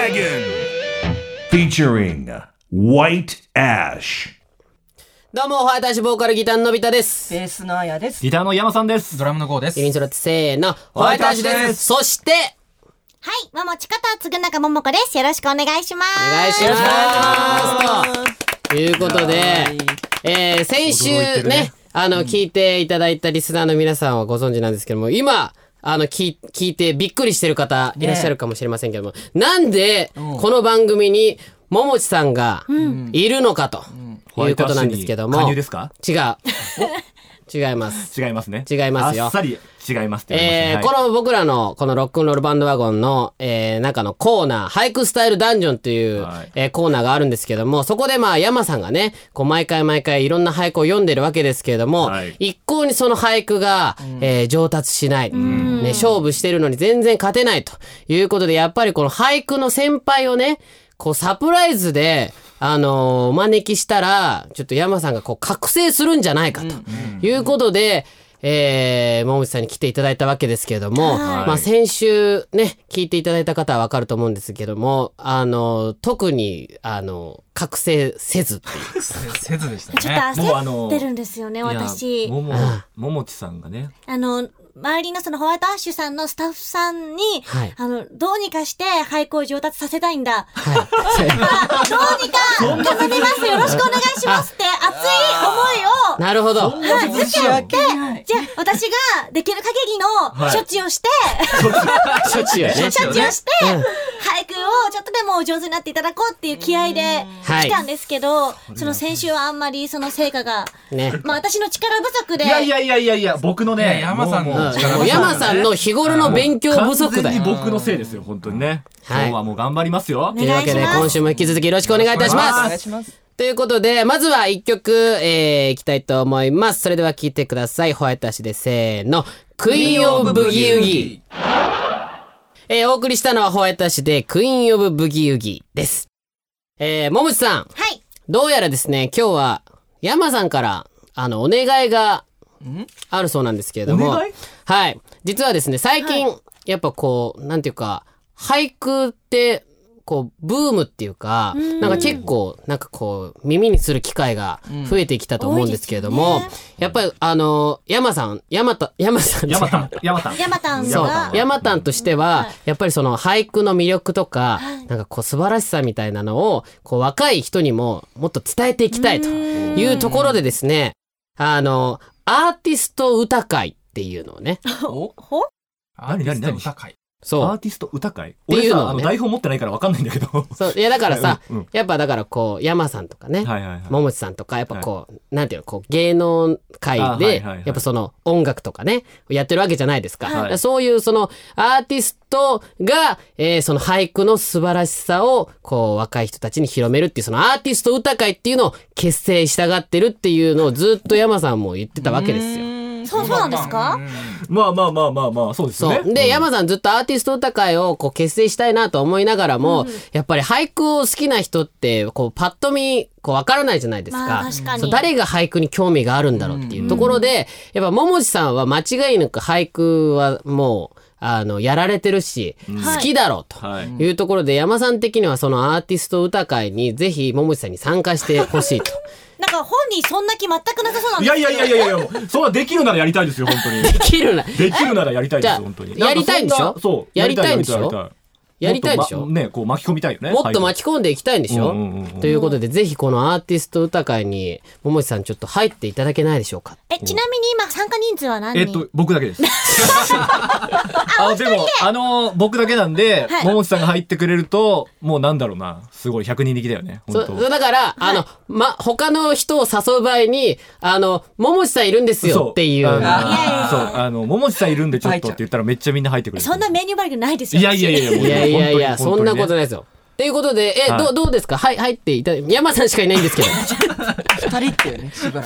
[SPEAKER 3] Bandwagon featuring White Ash.
[SPEAKER 12] どうも、ホワイトアッシュボーカルギターののび太です。
[SPEAKER 8] ベースのあやです。
[SPEAKER 12] ギターの山さんです。ドラムのゴーです。ユニットラってせーの、ホワイトアッシュです。そして、
[SPEAKER 13] はい、ももちことつぐなかももこです。よろしくお願いします。
[SPEAKER 12] お願いします。ということで、えー先週
[SPEAKER 13] 驚いて
[SPEAKER 12] ね、
[SPEAKER 13] るね
[SPEAKER 12] あの、聞いていただいたリスナーの皆さんはご存知なんですけども、今、あの、聞い聞いてびっくりしてる方いらっしゃるかもしれませんけども、なんで、この番組に、ももちさんがいるのかと、いうことなんですけども。
[SPEAKER 14] 加入ですか
[SPEAKER 12] 違う。違います。
[SPEAKER 14] 違いますね。
[SPEAKER 12] 違いますよ
[SPEAKER 14] あっさり違いますって言われ
[SPEAKER 12] え
[SPEAKER 14] ま
[SPEAKER 12] ー
[SPEAKER 14] したね
[SPEAKER 12] この僕らのこのロックンロールバンドワゴンの、えー中のコーナー俳句スタイルダンジョンという、えーコーナーがあるんですけどもそこでまあ山さんがねこう毎回毎回いろんな俳句を読んでるわけですけれども、一向にその俳句が、えー上達しない、ね、勝負してるのに全然勝てないということでやっぱりこの俳句の先輩をねこうサプライズであのーお招きしたらちょっと山さんがこう覚醒するんじゃないかということで、えー、桃内さんに来ていただいたわけですけれども、
[SPEAKER 14] はい
[SPEAKER 12] まあ、先週ね聞いていただいた方はわかると思うんですけどもあの特にあの覚醒せずっていう
[SPEAKER 14] せずでしたね。
[SPEAKER 13] ちょっと
[SPEAKER 14] もうあの
[SPEAKER 13] 焦ってるんですよね、
[SPEAKER 14] いや
[SPEAKER 13] 私。
[SPEAKER 14] もも
[SPEAKER 13] あ、
[SPEAKER 14] ももちさんがね。
[SPEAKER 13] の、周りのそのホワイトアッシュさんのスタッフさんに、
[SPEAKER 14] はい
[SPEAKER 13] あの、どうにかして俳句を上達させたいんだ。
[SPEAKER 12] そ
[SPEAKER 13] どうにか重ねます。よろしくお願いしますって熱い思いを。
[SPEAKER 12] なるほどそんな
[SPEAKER 13] はい、
[SPEAKER 12] こと
[SPEAKER 13] ずつ
[SPEAKER 12] し
[SPEAKER 13] や
[SPEAKER 12] な
[SPEAKER 13] っ
[SPEAKER 12] き
[SPEAKER 13] て、じゃあ私ができる限り
[SPEAKER 12] は
[SPEAKER 13] の
[SPEAKER 12] い
[SPEAKER 13] 処置をして、
[SPEAKER 12] 処置をね
[SPEAKER 13] 処置をして、
[SPEAKER 12] うん
[SPEAKER 13] 俳句をちょっとでも上手になっていただこうっていう気合で来たんですけど、その先週はあんまりその成果が、
[SPEAKER 12] ね
[SPEAKER 13] まあ私の力不足で、
[SPEAKER 14] いやいやいやいやいや、僕のね、山さん
[SPEAKER 12] もうもう山さんの日頃の勉強不足だよ
[SPEAKER 14] 完全に僕のせいですよ、本当にね。
[SPEAKER 12] はい
[SPEAKER 14] 今日はもう頑張りますよ。
[SPEAKER 12] というわけで今週も引き続きよろしくお願いいたします
[SPEAKER 14] お願いし
[SPEAKER 12] ますということでまずは一曲、えー、いきたいと思いますそれでは聴いてくださいホワイト足でせーのクイーンオブブギウギえーお送りしたのはホワイトアッシュでクイーンオブブギウギです。えー、もむちさん。
[SPEAKER 13] はい。
[SPEAKER 12] どうやらですね、今日は山さんから、あの、お願いがあるそうなんですけれども。
[SPEAKER 14] お願い
[SPEAKER 12] はい。実はですね、最近、やっぱこう、なんていうか、俳句って、こう、ブームっていうか、
[SPEAKER 14] うん
[SPEAKER 12] なんか結構、なんかこう、耳にする機会が増えてきたと思うんですけれども、やっぱり、あの、山さん、山田、山さん。山田、
[SPEAKER 14] 山田。
[SPEAKER 13] 山田
[SPEAKER 12] そ
[SPEAKER 13] が、
[SPEAKER 12] う山丹としてはやっぱりその俳句の魅力とかなんかこう素晴らしさみたいなのをこう若い人にももっと伝えていきたいというところでですねあのアーティスト歌会っていうのを ね
[SPEAKER 13] ほ
[SPEAKER 14] 何何何歌会。
[SPEAKER 12] そう
[SPEAKER 14] アーティスト歌会
[SPEAKER 12] て
[SPEAKER 14] 俺
[SPEAKER 12] いうのをね
[SPEAKER 14] さ、あの台本持ってないからわかんないんだけど。
[SPEAKER 12] そういやだからさ、
[SPEAKER 14] うんうん
[SPEAKER 12] やっぱだからこう山さんとかね、桃地さんとかやっぱこう、なんていうのこう芸能界
[SPEAKER 14] あはいは
[SPEAKER 12] で
[SPEAKER 14] いはい
[SPEAKER 12] やっぱその音楽とかねやってるわけじゃないですか,、
[SPEAKER 14] はい
[SPEAKER 12] だからそういうそのアーティストが、えーその俳句の素晴らしさをこう若い人たちに広めるっていうそのアーティスト歌会っていうのを結成したがってるっていうのをずっと山さんも言ってたわけですよ。
[SPEAKER 13] そうそうなんですか
[SPEAKER 14] まあまあまあまあまあ、そうですよね。
[SPEAKER 12] そうで、山さんずっとアーティスト歌会をこう結成したいなと思いながらも、やっぱり俳句を好きな人ってこうパッと見こうわからないじゃないですか,、
[SPEAKER 13] まあ確かに
[SPEAKER 12] そう誰が俳句に興味があるんだろうっていうところで、やっぱ桃地さんは間違いなく俳句はもうあのやられてるし、好きだろうというところで、山さん的にはそのアーティスト歌会にぜひ桃地さんに参加してほ しいと。
[SPEAKER 13] なんか本人そんな気全くなさそうなん
[SPEAKER 14] い
[SPEAKER 13] です
[SPEAKER 14] や
[SPEAKER 13] け
[SPEAKER 14] い
[SPEAKER 13] ど
[SPEAKER 14] やいやいやいや、も うそれはできるならやりたいですよ、本当に。で
[SPEAKER 12] きるな。
[SPEAKER 14] できるならやりたい
[SPEAKER 12] じ
[SPEAKER 14] で
[SPEAKER 12] ゃ
[SPEAKER 14] す、
[SPEAKER 12] あ
[SPEAKER 14] 本当に。
[SPEAKER 12] やりたいんでしょ
[SPEAKER 14] なんかそんなそう。
[SPEAKER 12] やりたいんでしょ
[SPEAKER 14] やりたい
[SPEAKER 12] やりたいでしょ
[SPEAKER 14] もっとまね、こう巻き込みたいよね。
[SPEAKER 12] もっと巻き込んでいきたいんでしょ、
[SPEAKER 14] うんうんうんうん
[SPEAKER 12] ということで、ぜひこのアーティスト歌会に、桃地さんちょっと入っていただけないでしょうか。
[SPEAKER 13] え、ちなみに今参加人数は何人、、
[SPEAKER 14] 僕だけです。あ、でも、あの、僕だけなんで
[SPEAKER 13] は、い
[SPEAKER 14] 桃地さんが入ってくれると、もうなんだろうな、すごい100人力だよね。
[SPEAKER 12] そ
[SPEAKER 14] 本
[SPEAKER 12] そうだから、あの、ま、他の人を誘う場合に、あの、桃地さんいるんです
[SPEAKER 14] 当。
[SPEAKER 12] よっていう。
[SPEAKER 14] あのそう、あの、桃地さんいるんでちょっとって言ったらめっちゃみんな入ってくれる。
[SPEAKER 13] そんなメニューバリューないですよ。
[SPEAKER 14] いやいやいやもう
[SPEAKER 12] いやいやいや、
[SPEAKER 14] 本
[SPEAKER 12] そ
[SPEAKER 14] 当に本当にね
[SPEAKER 12] んなことないですよ。ということで、え、
[SPEAKER 14] はい
[SPEAKER 12] どうどうですかはい、入っていただ、山さんしかいないんです けど。二人ってよね、
[SPEAKER 13] 二人きりか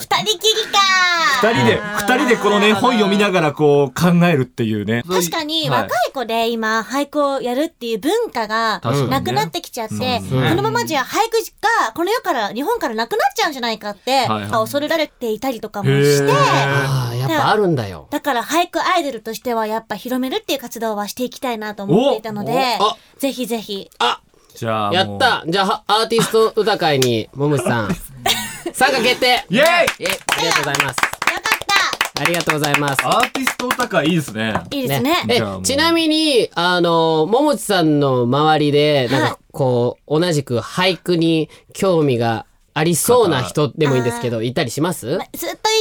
[SPEAKER 14] 二人で、二人でこのね、本読みながらこう考えるっていうね。
[SPEAKER 13] 確かに
[SPEAKER 14] はい
[SPEAKER 13] 若い子で今俳句をやるっていう文化が
[SPEAKER 14] 確かにね
[SPEAKER 13] なくなってきちゃって、
[SPEAKER 14] うん
[SPEAKER 13] このままじゃ俳句がこの世から日本からなくなっちゃうんじゃないかって、
[SPEAKER 12] はいはい
[SPEAKER 13] 恐れられていたりとかもして
[SPEAKER 12] へーあーやっぱあるんだよ。
[SPEAKER 13] だから俳句アイドルとしてはやっぱ広めるっていう活動はしていきたいなと思っていたので
[SPEAKER 12] おおあ
[SPEAKER 13] ぜひぜひ
[SPEAKER 12] あ
[SPEAKER 14] じゃあ、
[SPEAKER 12] やったじゃあ、はアーティスト歌会に、もむしさん、参加決定
[SPEAKER 14] イエーイ
[SPEAKER 12] ありがとうございます。よかったありがとうございます。
[SPEAKER 14] アーティストお高いいですね。
[SPEAKER 12] いいですね。え
[SPEAKER 14] じゃあもう
[SPEAKER 12] ちなみに、あの、ももちさんの周りで、なんかこう、同じく俳句に興味がありそうな人でもいいんですけど、いたりします
[SPEAKER 13] ずっと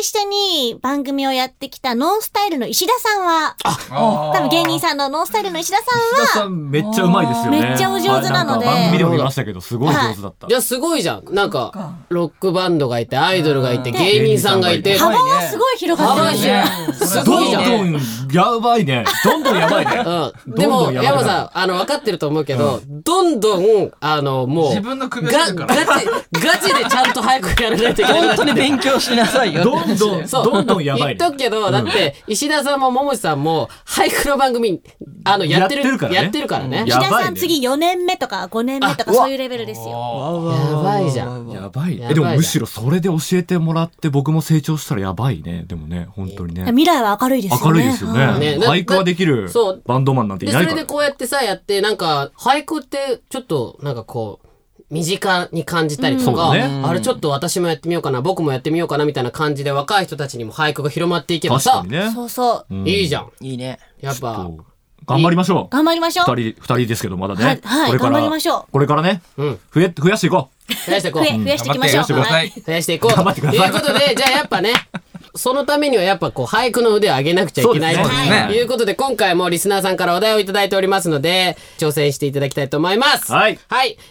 [SPEAKER 13] 一緒に番組をやってきたノンスタイルの石田さんは、
[SPEAKER 14] あー
[SPEAKER 13] 多分芸人さんのノンスタイルの石田さんは、
[SPEAKER 14] めっちゃうまいですよね。
[SPEAKER 13] めっちゃお上手なので
[SPEAKER 14] はいんか番組でも見ましたけど、すごい上手だった。
[SPEAKER 12] じゃあすごいじゃん。なんか、ロックバンドがいて、アイドルがいて、芸人さんがいて。
[SPEAKER 13] 幅はすごい広がってる
[SPEAKER 12] 幅すごいじゃん。
[SPEAKER 14] どんどんやばいね。どんどんやばいね。
[SPEAKER 12] うん、でも
[SPEAKER 14] どんどんやば
[SPEAKER 12] 山
[SPEAKER 14] くなる
[SPEAKER 12] さんあの分かってると思うけど、どんどんあのもう自分の首ガガチガチでちゃんと早くやらないといけない
[SPEAKER 15] 本当に勉強しなさいよって話だよ
[SPEAKER 12] そう言っとくけど、だって石田さんも桃地さんも俳句の番組あのやってる
[SPEAKER 14] やってるからね
[SPEAKER 12] やってるからね
[SPEAKER 13] 石田さん次4年目とか5年目とかそういうレベルですよ。
[SPEAKER 12] やばいじゃん
[SPEAKER 14] やば
[SPEAKER 12] や
[SPEAKER 14] い。
[SPEAKER 12] ばいじゃん
[SPEAKER 14] え、でもむしろそれで教えてもらって僕も成長したらやばいね。でもね、本当にね。
[SPEAKER 13] 未来は明るいですよね。
[SPEAKER 14] 明るいですよね。
[SPEAKER 12] ねだ
[SPEAKER 14] 俳句はできる
[SPEAKER 12] そう
[SPEAKER 14] バンドマンなんてい
[SPEAKER 12] で
[SPEAKER 14] な
[SPEAKER 12] そ
[SPEAKER 14] いか
[SPEAKER 12] れ
[SPEAKER 14] ら
[SPEAKER 12] で。こうやってさやってなんか俳句ってちょっとなんかこう身近に感じたりとか、
[SPEAKER 14] うんそうだね
[SPEAKER 12] あれちょっと私もやってみようかな僕もやってみようかなみたいな感じで若い人たちにも俳句が広まっていけばさ、
[SPEAKER 14] 確かにね
[SPEAKER 13] そうそう
[SPEAKER 14] うん
[SPEAKER 12] いいじゃん
[SPEAKER 15] いいね
[SPEAKER 12] やっぱ
[SPEAKER 14] 頑張りましょう。
[SPEAKER 13] 頑張りましょう
[SPEAKER 14] 二人、二人ですけど、まだ
[SPEAKER 13] は
[SPEAKER 14] ね
[SPEAKER 13] い。はい
[SPEAKER 14] これから
[SPEAKER 13] 頑張りましょう
[SPEAKER 14] これからね、増え、増やしていこう。
[SPEAKER 12] 増やしていこう
[SPEAKER 13] 増え増やしていきましょう
[SPEAKER 14] 頑張って
[SPEAKER 13] はい
[SPEAKER 12] 増やしていこう
[SPEAKER 14] 頑張ってください
[SPEAKER 12] ということでじゃあやっぱねそのためにはやっぱこう俳句の腕を上げなくちゃいけない
[SPEAKER 14] そう
[SPEAKER 12] と
[SPEAKER 14] ですねはい
[SPEAKER 12] いうことで今回もリスナーさんからお題をいただいておりますので挑戦していただきたいと思います
[SPEAKER 14] はい、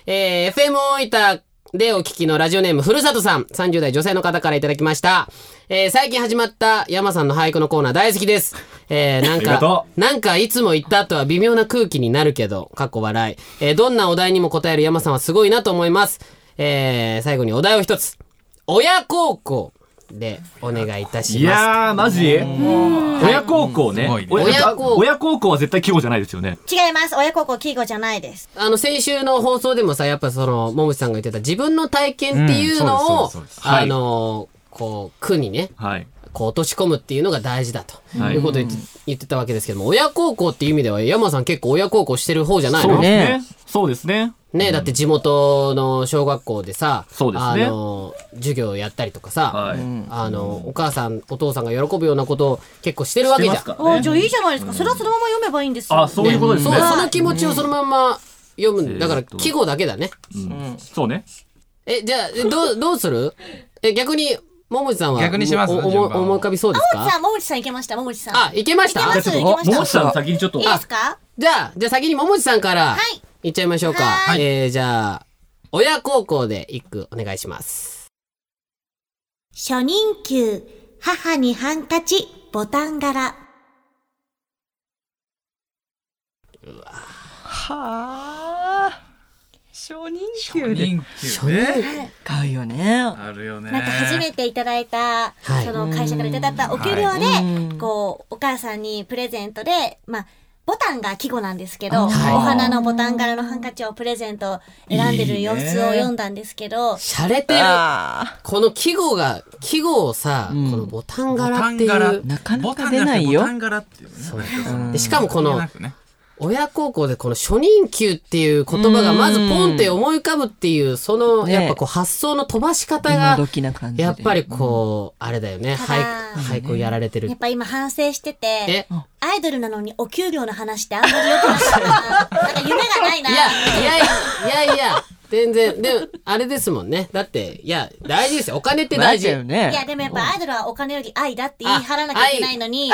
[SPEAKER 12] えー FM 大分でお聞きのラジオネームふるさとさん30代女性の方からいただきました、えー最近始まった山さんの俳句のコーナー大好きです、 えーなん
[SPEAKER 14] ありがと
[SPEAKER 12] かなんかいつも言った後は微妙な空気になるけど、かっこ笑い。えーどんなお題にも答える山さんはすごいなと思います。えー最後にお題を一つ。親孝行でお願いいたします。
[SPEAKER 14] いやー、マジ親孝行ね。
[SPEAKER 12] 親孝行
[SPEAKER 14] 親孝行は絶対季語じゃないですよね。
[SPEAKER 13] 違います。親孝行、季語じゃないです。
[SPEAKER 12] あの、先週の放送でもさ、やっぱその、ももちさんが言ってた自分の体験っていうのを、
[SPEAKER 14] うんそうですそうですそうです
[SPEAKER 12] あのーこう、苦にね、
[SPEAKER 14] はい。
[SPEAKER 12] こう落とし込むっていうのが大事だと、
[SPEAKER 14] はい
[SPEAKER 12] い、うことを言って言ってたわけですけども、親孝行っていう意味では、山さん結構親孝行してる方じゃないの
[SPEAKER 14] そうですね。そうですね。
[SPEAKER 12] ねだって地元の小学校でさ、
[SPEAKER 14] そうですね
[SPEAKER 12] あの授業やったりとかさ、あのお母さんお父さんが喜ぶようなことを結構してるわけじゃん。
[SPEAKER 14] してま
[SPEAKER 13] おーじゃあいいじゃないですか。それはそのまま読めばいいんですよ。
[SPEAKER 14] あそういうことですね
[SPEAKER 12] そう
[SPEAKER 14] はい
[SPEAKER 12] その気持ちを そのまんま読むんだだから
[SPEAKER 14] えーっと
[SPEAKER 12] 季語だけだね。
[SPEAKER 14] そうね。
[SPEAKER 12] えじゃあえどうどうする？え逆にももちさんは
[SPEAKER 2] 逆にします
[SPEAKER 12] おお
[SPEAKER 2] 順
[SPEAKER 12] 思
[SPEAKER 2] 番を
[SPEAKER 12] 思い浮かびそうです
[SPEAKER 13] 桃地さ
[SPEAKER 12] か？
[SPEAKER 13] ん、桃地さんいけました、桃地さん。
[SPEAKER 12] あいけました
[SPEAKER 13] いけます、いけました。
[SPEAKER 14] 先にちょっ
[SPEAKER 13] いいですか
[SPEAKER 12] じゃあじゃあ先にももちさんから
[SPEAKER 13] はい
[SPEAKER 12] いっちゃいましょうか。えーじゃあ親孝行で一句お願いします。
[SPEAKER 13] 初任給、母にハンカチ、ボタン柄。
[SPEAKER 15] はあ初任給で
[SPEAKER 13] 初任給
[SPEAKER 15] 買うよね
[SPEAKER 2] あるよね
[SPEAKER 13] なんか初めていただいた、
[SPEAKER 15] はい
[SPEAKER 13] その会社からいただったお給料で、
[SPEAKER 15] は
[SPEAKER 13] こう、お母さんにプレゼントで、まあ、ボタンが季語なんですけど、お
[SPEAKER 12] はい
[SPEAKER 13] 花のボタン柄のハンカチをプレゼント選んでる様子を読んだんですけど、
[SPEAKER 12] 洒落てるこの季語が季語をさ、このボタン柄ってい
[SPEAKER 15] ボタン柄
[SPEAKER 12] う
[SPEAKER 15] なかなか出ないよ
[SPEAKER 12] ボタン柄でしかもこの親孝行でこの初任給っていう言葉がまずポンって思い浮かぶっていうその
[SPEAKER 15] ね
[SPEAKER 12] やっぱこう発想の飛ばし方
[SPEAKER 15] 今
[SPEAKER 12] が
[SPEAKER 15] 時な感じで
[SPEAKER 12] やっぱりこうあれだよね俳句俳句をやられて
[SPEAKER 13] や
[SPEAKER 12] る
[SPEAKER 13] っぱ今反省してて
[SPEAKER 12] え、
[SPEAKER 13] アイドルなのにお給料の話ってあんまり良くなかったな。なんか夢がないな。
[SPEAKER 12] いやいやいやいや全然でもあれですもんねだっていや大事ですよお金って大
[SPEAKER 15] 大事
[SPEAKER 12] 事
[SPEAKER 15] だよね
[SPEAKER 13] いやでもやっぱアイドルはお金より愛だって言い張らなきゃいけないのに、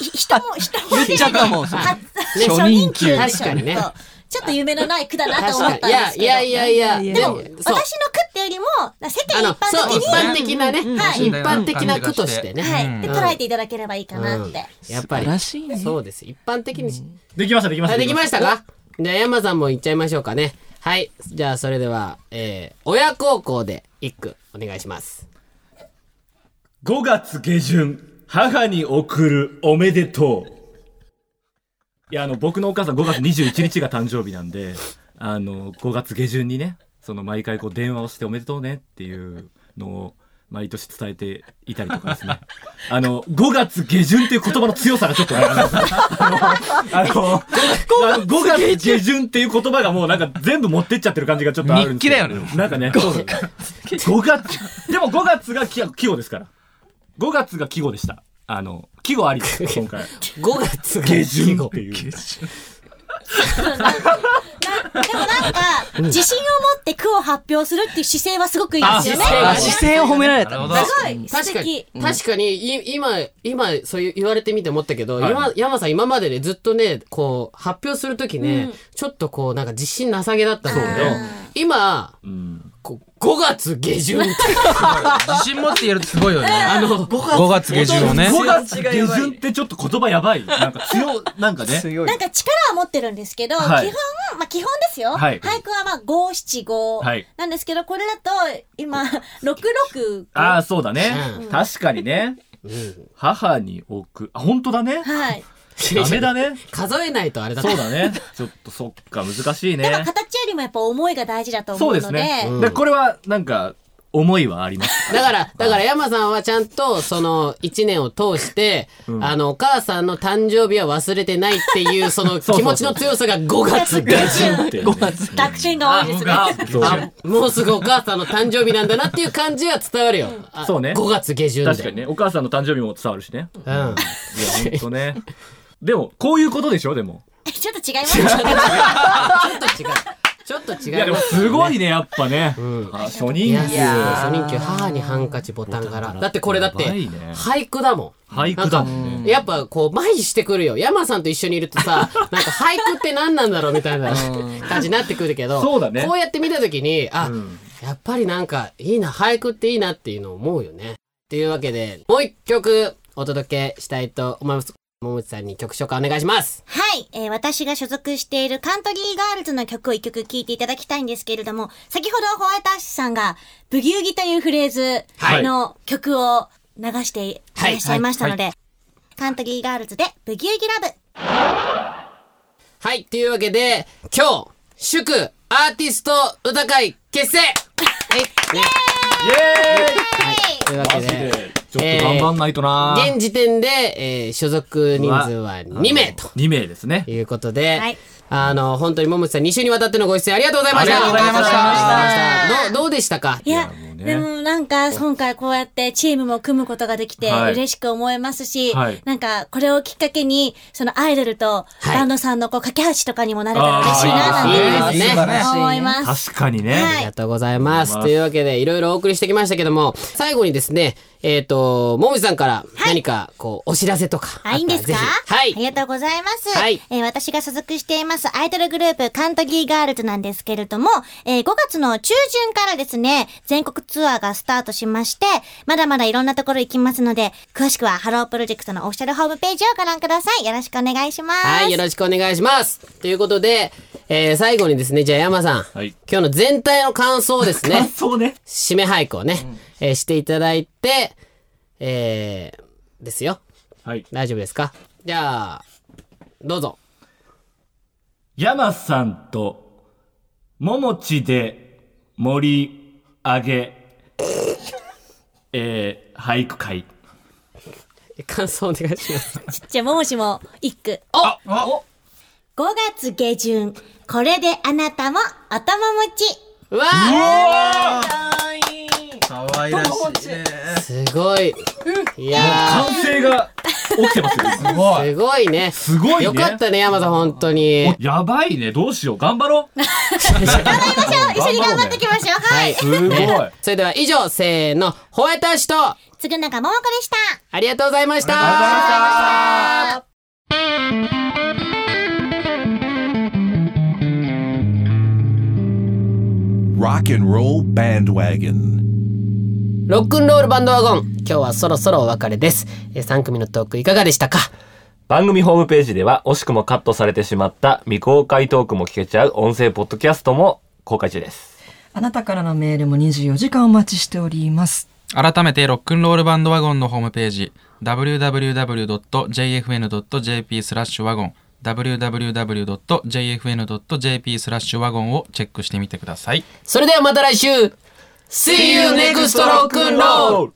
[SPEAKER 13] ひ人も、人も、
[SPEAKER 15] 言っちゃったもんそれ
[SPEAKER 13] は
[SPEAKER 12] ね
[SPEAKER 13] 初任給で
[SPEAKER 12] 確かにね
[SPEAKER 13] ちょっとちょっと夢のない句だなと
[SPEAKER 12] 確
[SPEAKER 13] 思
[SPEAKER 12] か
[SPEAKER 13] っ
[SPEAKER 12] に
[SPEAKER 13] たんですけど。
[SPEAKER 12] いやいやいやいや
[SPEAKER 13] でも、
[SPEAKER 12] でも
[SPEAKER 13] 私
[SPEAKER 12] そう
[SPEAKER 13] の句ってよりも、世
[SPEAKER 12] あ
[SPEAKER 13] 間
[SPEAKER 12] の
[SPEAKER 13] 一般
[SPEAKER 12] そう
[SPEAKER 13] 的
[SPEAKER 12] 一
[SPEAKER 13] に、
[SPEAKER 12] 般的なね、
[SPEAKER 13] はい
[SPEAKER 12] 一般的な句としてね、
[SPEAKER 13] はい。で、
[SPEAKER 12] うん
[SPEAKER 13] 捉えていただければいいかなって。
[SPEAKER 12] やっぱり
[SPEAKER 15] 素晴らしいね
[SPEAKER 12] そうです一般的にし
[SPEAKER 14] できました、できまし
[SPEAKER 12] あ
[SPEAKER 14] た。
[SPEAKER 12] できましたかじゃあ山さんもいっちゃいましょうかねはいじゃあそれでは、えー、親孝行で一句お願いします
[SPEAKER 3] 5月下旬、母に送るおめでとう。
[SPEAKER 14] いや、あの、僕のお母さん5月21日が誕生日なん で、あの、5月下旬にね、その毎回こう電話をしておめでとうねっていうのを、毎年伝えていたりとかですね。あの、5月下旬っていう言葉の強さがちょっとね、あの、あの、5月下旬っていう言葉がもうなんか全部持ってっちゃってる感じがちょっとあるんですけ
[SPEAKER 3] 日記
[SPEAKER 14] ど。
[SPEAKER 3] だよね
[SPEAKER 14] なんかね、そうだね5月、でも5月が季季語ですから。5月が季語でした。あの、季語ありです、今回。
[SPEAKER 12] 5月
[SPEAKER 14] 下旬っていう。
[SPEAKER 13] なんか自信を持って句を発表するっていう姿勢はすごくいいですよね。
[SPEAKER 12] なるほど
[SPEAKER 13] すごい素
[SPEAKER 12] 確かに
[SPEAKER 13] 敵。、
[SPEAKER 12] 確かに、い今、今、そういう言われてみて思ったけど、
[SPEAKER 13] はい
[SPEAKER 12] 山山さん今までね、ずっとね、こう、発表するときね、ちょっとこう、なんか自信なさげだったんだけど、今、こう5月下旬って。
[SPEAKER 3] 自信持ってやるとすごいよね。
[SPEAKER 12] あの、
[SPEAKER 3] 5月下旬をね。
[SPEAKER 14] 5月下旬ってちょっと言葉やばい。なんか強、なんかね。
[SPEAKER 13] なんか力は持ってるんですけど、
[SPEAKER 14] はい
[SPEAKER 13] 基本、まあ基本ですよ。
[SPEAKER 14] はい
[SPEAKER 13] 俳句はまあ五七五
[SPEAKER 14] はい
[SPEAKER 13] なんですけど、これだと今、六六。
[SPEAKER 14] ああ、そうだね
[SPEAKER 13] うん。
[SPEAKER 14] 確かにね。母に置く。あ、本当だね。
[SPEAKER 13] はい。
[SPEAKER 14] ダメだね。
[SPEAKER 12] 数えないとあれだ
[SPEAKER 14] そうだね。ちょっとそっか、難しいね。
[SPEAKER 13] 形よりもやっぱ思いが大事だと思
[SPEAKER 14] そうう
[SPEAKER 13] の
[SPEAKER 14] で
[SPEAKER 13] で。
[SPEAKER 14] すね。で、これは、なんか、思いはあります。
[SPEAKER 12] だから、だから山さんはちゃんと、その、一年を通して、あの、お母さんの誕生日は忘れてないっていう、その、
[SPEAKER 13] そう
[SPEAKER 12] 気持ちの強さが5月下旬って。5月
[SPEAKER 13] 濁点が多いですね。
[SPEAKER 12] あもうすぐお母さんの誕生日なんだなっていう感じは伝 わるよ。あ
[SPEAKER 14] そうね。
[SPEAKER 12] 5月下旬で
[SPEAKER 14] 確かにね。お母さんの誕生日も伝わるしね。うん。い
[SPEAKER 12] や、
[SPEAKER 14] ほんとね。でも、こういうことでしょでも。
[SPEAKER 13] ちょっと違い ますね。
[SPEAKER 12] ちょっと違う。
[SPEAKER 14] いや、でもすごいね、やっぱね。あ初
[SPEAKER 12] い
[SPEAKER 14] 任給
[SPEAKER 12] や。初任給母にハンカチボタン柄だってこれだって
[SPEAKER 14] やばいね
[SPEAKER 12] 俳句だもん
[SPEAKER 14] 俳句だもんね
[SPEAKER 12] なんかやっぱこう麻痺してくるよ山さんと一緒にいると さなんか俳句って何なんだろうみたいな感じになってくるけど
[SPEAKER 14] そうだね
[SPEAKER 12] こうやって見た時にあ、やっぱりなんかいいな俳句っていいなっていうのを思うよねっていうわけでもう一曲お届けしたいと思います桃内さんに曲紹介お願いします
[SPEAKER 13] はい、えー私が所属しているカントリーガールズの曲を一曲聴いていただきたいんですけれども、先ほどホワイトアッシュさんが、ブギウギというフレーズ
[SPEAKER 12] はい
[SPEAKER 13] の曲を流していらっしゃいましたので、
[SPEAKER 12] はい
[SPEAKER 13] カントリーガールズでブギウギラブ。
[SPEAKER 12] はいというわけで今日祝アーティスト歌会結成はいねというわけで
[SPEAKER 14] ちょっと頑張んないとな
[SPEAKER 12] えー現時点で、えー所属人数は2名と
[SPEAKER 14] 2名ですね。
[SPEAKER 12] いうことで、あの、本当にももちさん2週にわたってのご出演ありがとうございました。
[SPEAKER 14] ありがとうございました
[SPEAKER 12] ありがとうございましたどうどうでしたか
[SPEAKER 13] いや、でもなんか今回こうやってチームも組むことができて
[SPEAKER 12] はい
[SPEAKER 13] 嬉しく思えますし、
[SPEAKER 12] はい
[SPEAKER 13] なんかこれをきっかけに、そのアイドルとバンドさんのこう架け橋とかにもなれたら嬉しいななんて
[SPEAKER 12] あーいいですね
[SPEAKER 13] 思います。
[SPEAKER 14] 確かにね。
[SPEAKER 12] ありがとうございます。というわけで、いろいろお送りしてきましたけども、最後にですね、えっ、と、ももちさんから何か、こう、お知らせとか。
[SPEAKER 13] あ、いいんですか
[SPEAKER 12] はい。
[SPEAKER 13] ありがとうございます。
[SPEAKER 12] はい
[SPEAKER 13] えー私が所属していますアイドルグループ、カントギーガールズなんですけれども、えー5月の中旬からですね、全国ツアーがスタートしまして、まだまだいろんなところ行きますので、詳しくはハロープロジェクトのオフィシャルホームページをご覧ください。よろしくお願いします。
[SPEAKER 12] はい、よろしくお願いします。ということで、えー最後にですね、じゃあ山さん、今日の全体の感想をですね、 感
[SPEAKER 14] 想ね、
[SPEAKER 12] 締め俳句をね、えーしていただいて、えーですよ。
[SPEAKER 14] はい。
[SPEAKER 12] 大丈夫ですかじゃあ、どうぞ。
[SPEAKER 14] 山さんと、ももちで盛り上げ、 えー、俳句会。
[SPEAKER 12] 感想お願いし ます。
[SPEAKER 13] じゃあ、ももしも、一句。
[SPEAKER 14] あお
[SPEAKER 13] 5月下旬、これであなたもお友持ち。
[SPEAKER 12] うわ
[SPEAKER 13] あ
[SPEAKER 3] かわいらしいね。
[SPEAKER 12] すごい。いや
[SPEAKER 14] 完成が起きてますよ。す
[SPEAKER 12] ご い。すごいね。
[SPEAKER 14] すごいね
[SPEAKER 12] よかったね、山さん、本当に。
[SPEAKER 14] やばいね。どうしよう。頑張ろう。
[SPEAKER 13] 一緒に頑張っていきましょう。はい。
[SPEAKER 12] ねそれでは以上、せーの、ホワイトアッシュと、
[SPEAKER 13] つぐなかももこでした。
[SPEAKER 12] ありがとうございました。
[SPEAKER 6] Rock and Roll Bandwagon.
[SPEAKER 12] ロックンロールバンドワゴン。今日はそろそろお別れです。えー、3組のトークいかがでしたか
[SPEAKER 16] 番組ホームページでは惜しくもカットされてしまった未公開トークも聞けちゃう音声ポッドキャストも公開中です。
[SPEAKER 15] あなたからのメールも24時間お待ちしております。
[SPEAKER 17] 改めてロックンロールバンドワゴンのホームページ www.jfn.jp スラッシュワゴン www.jfn.jp スラッシュワゴンをチェックしてみてください。
[SPEAKER 12] それではまた来週 See you next rock and roll!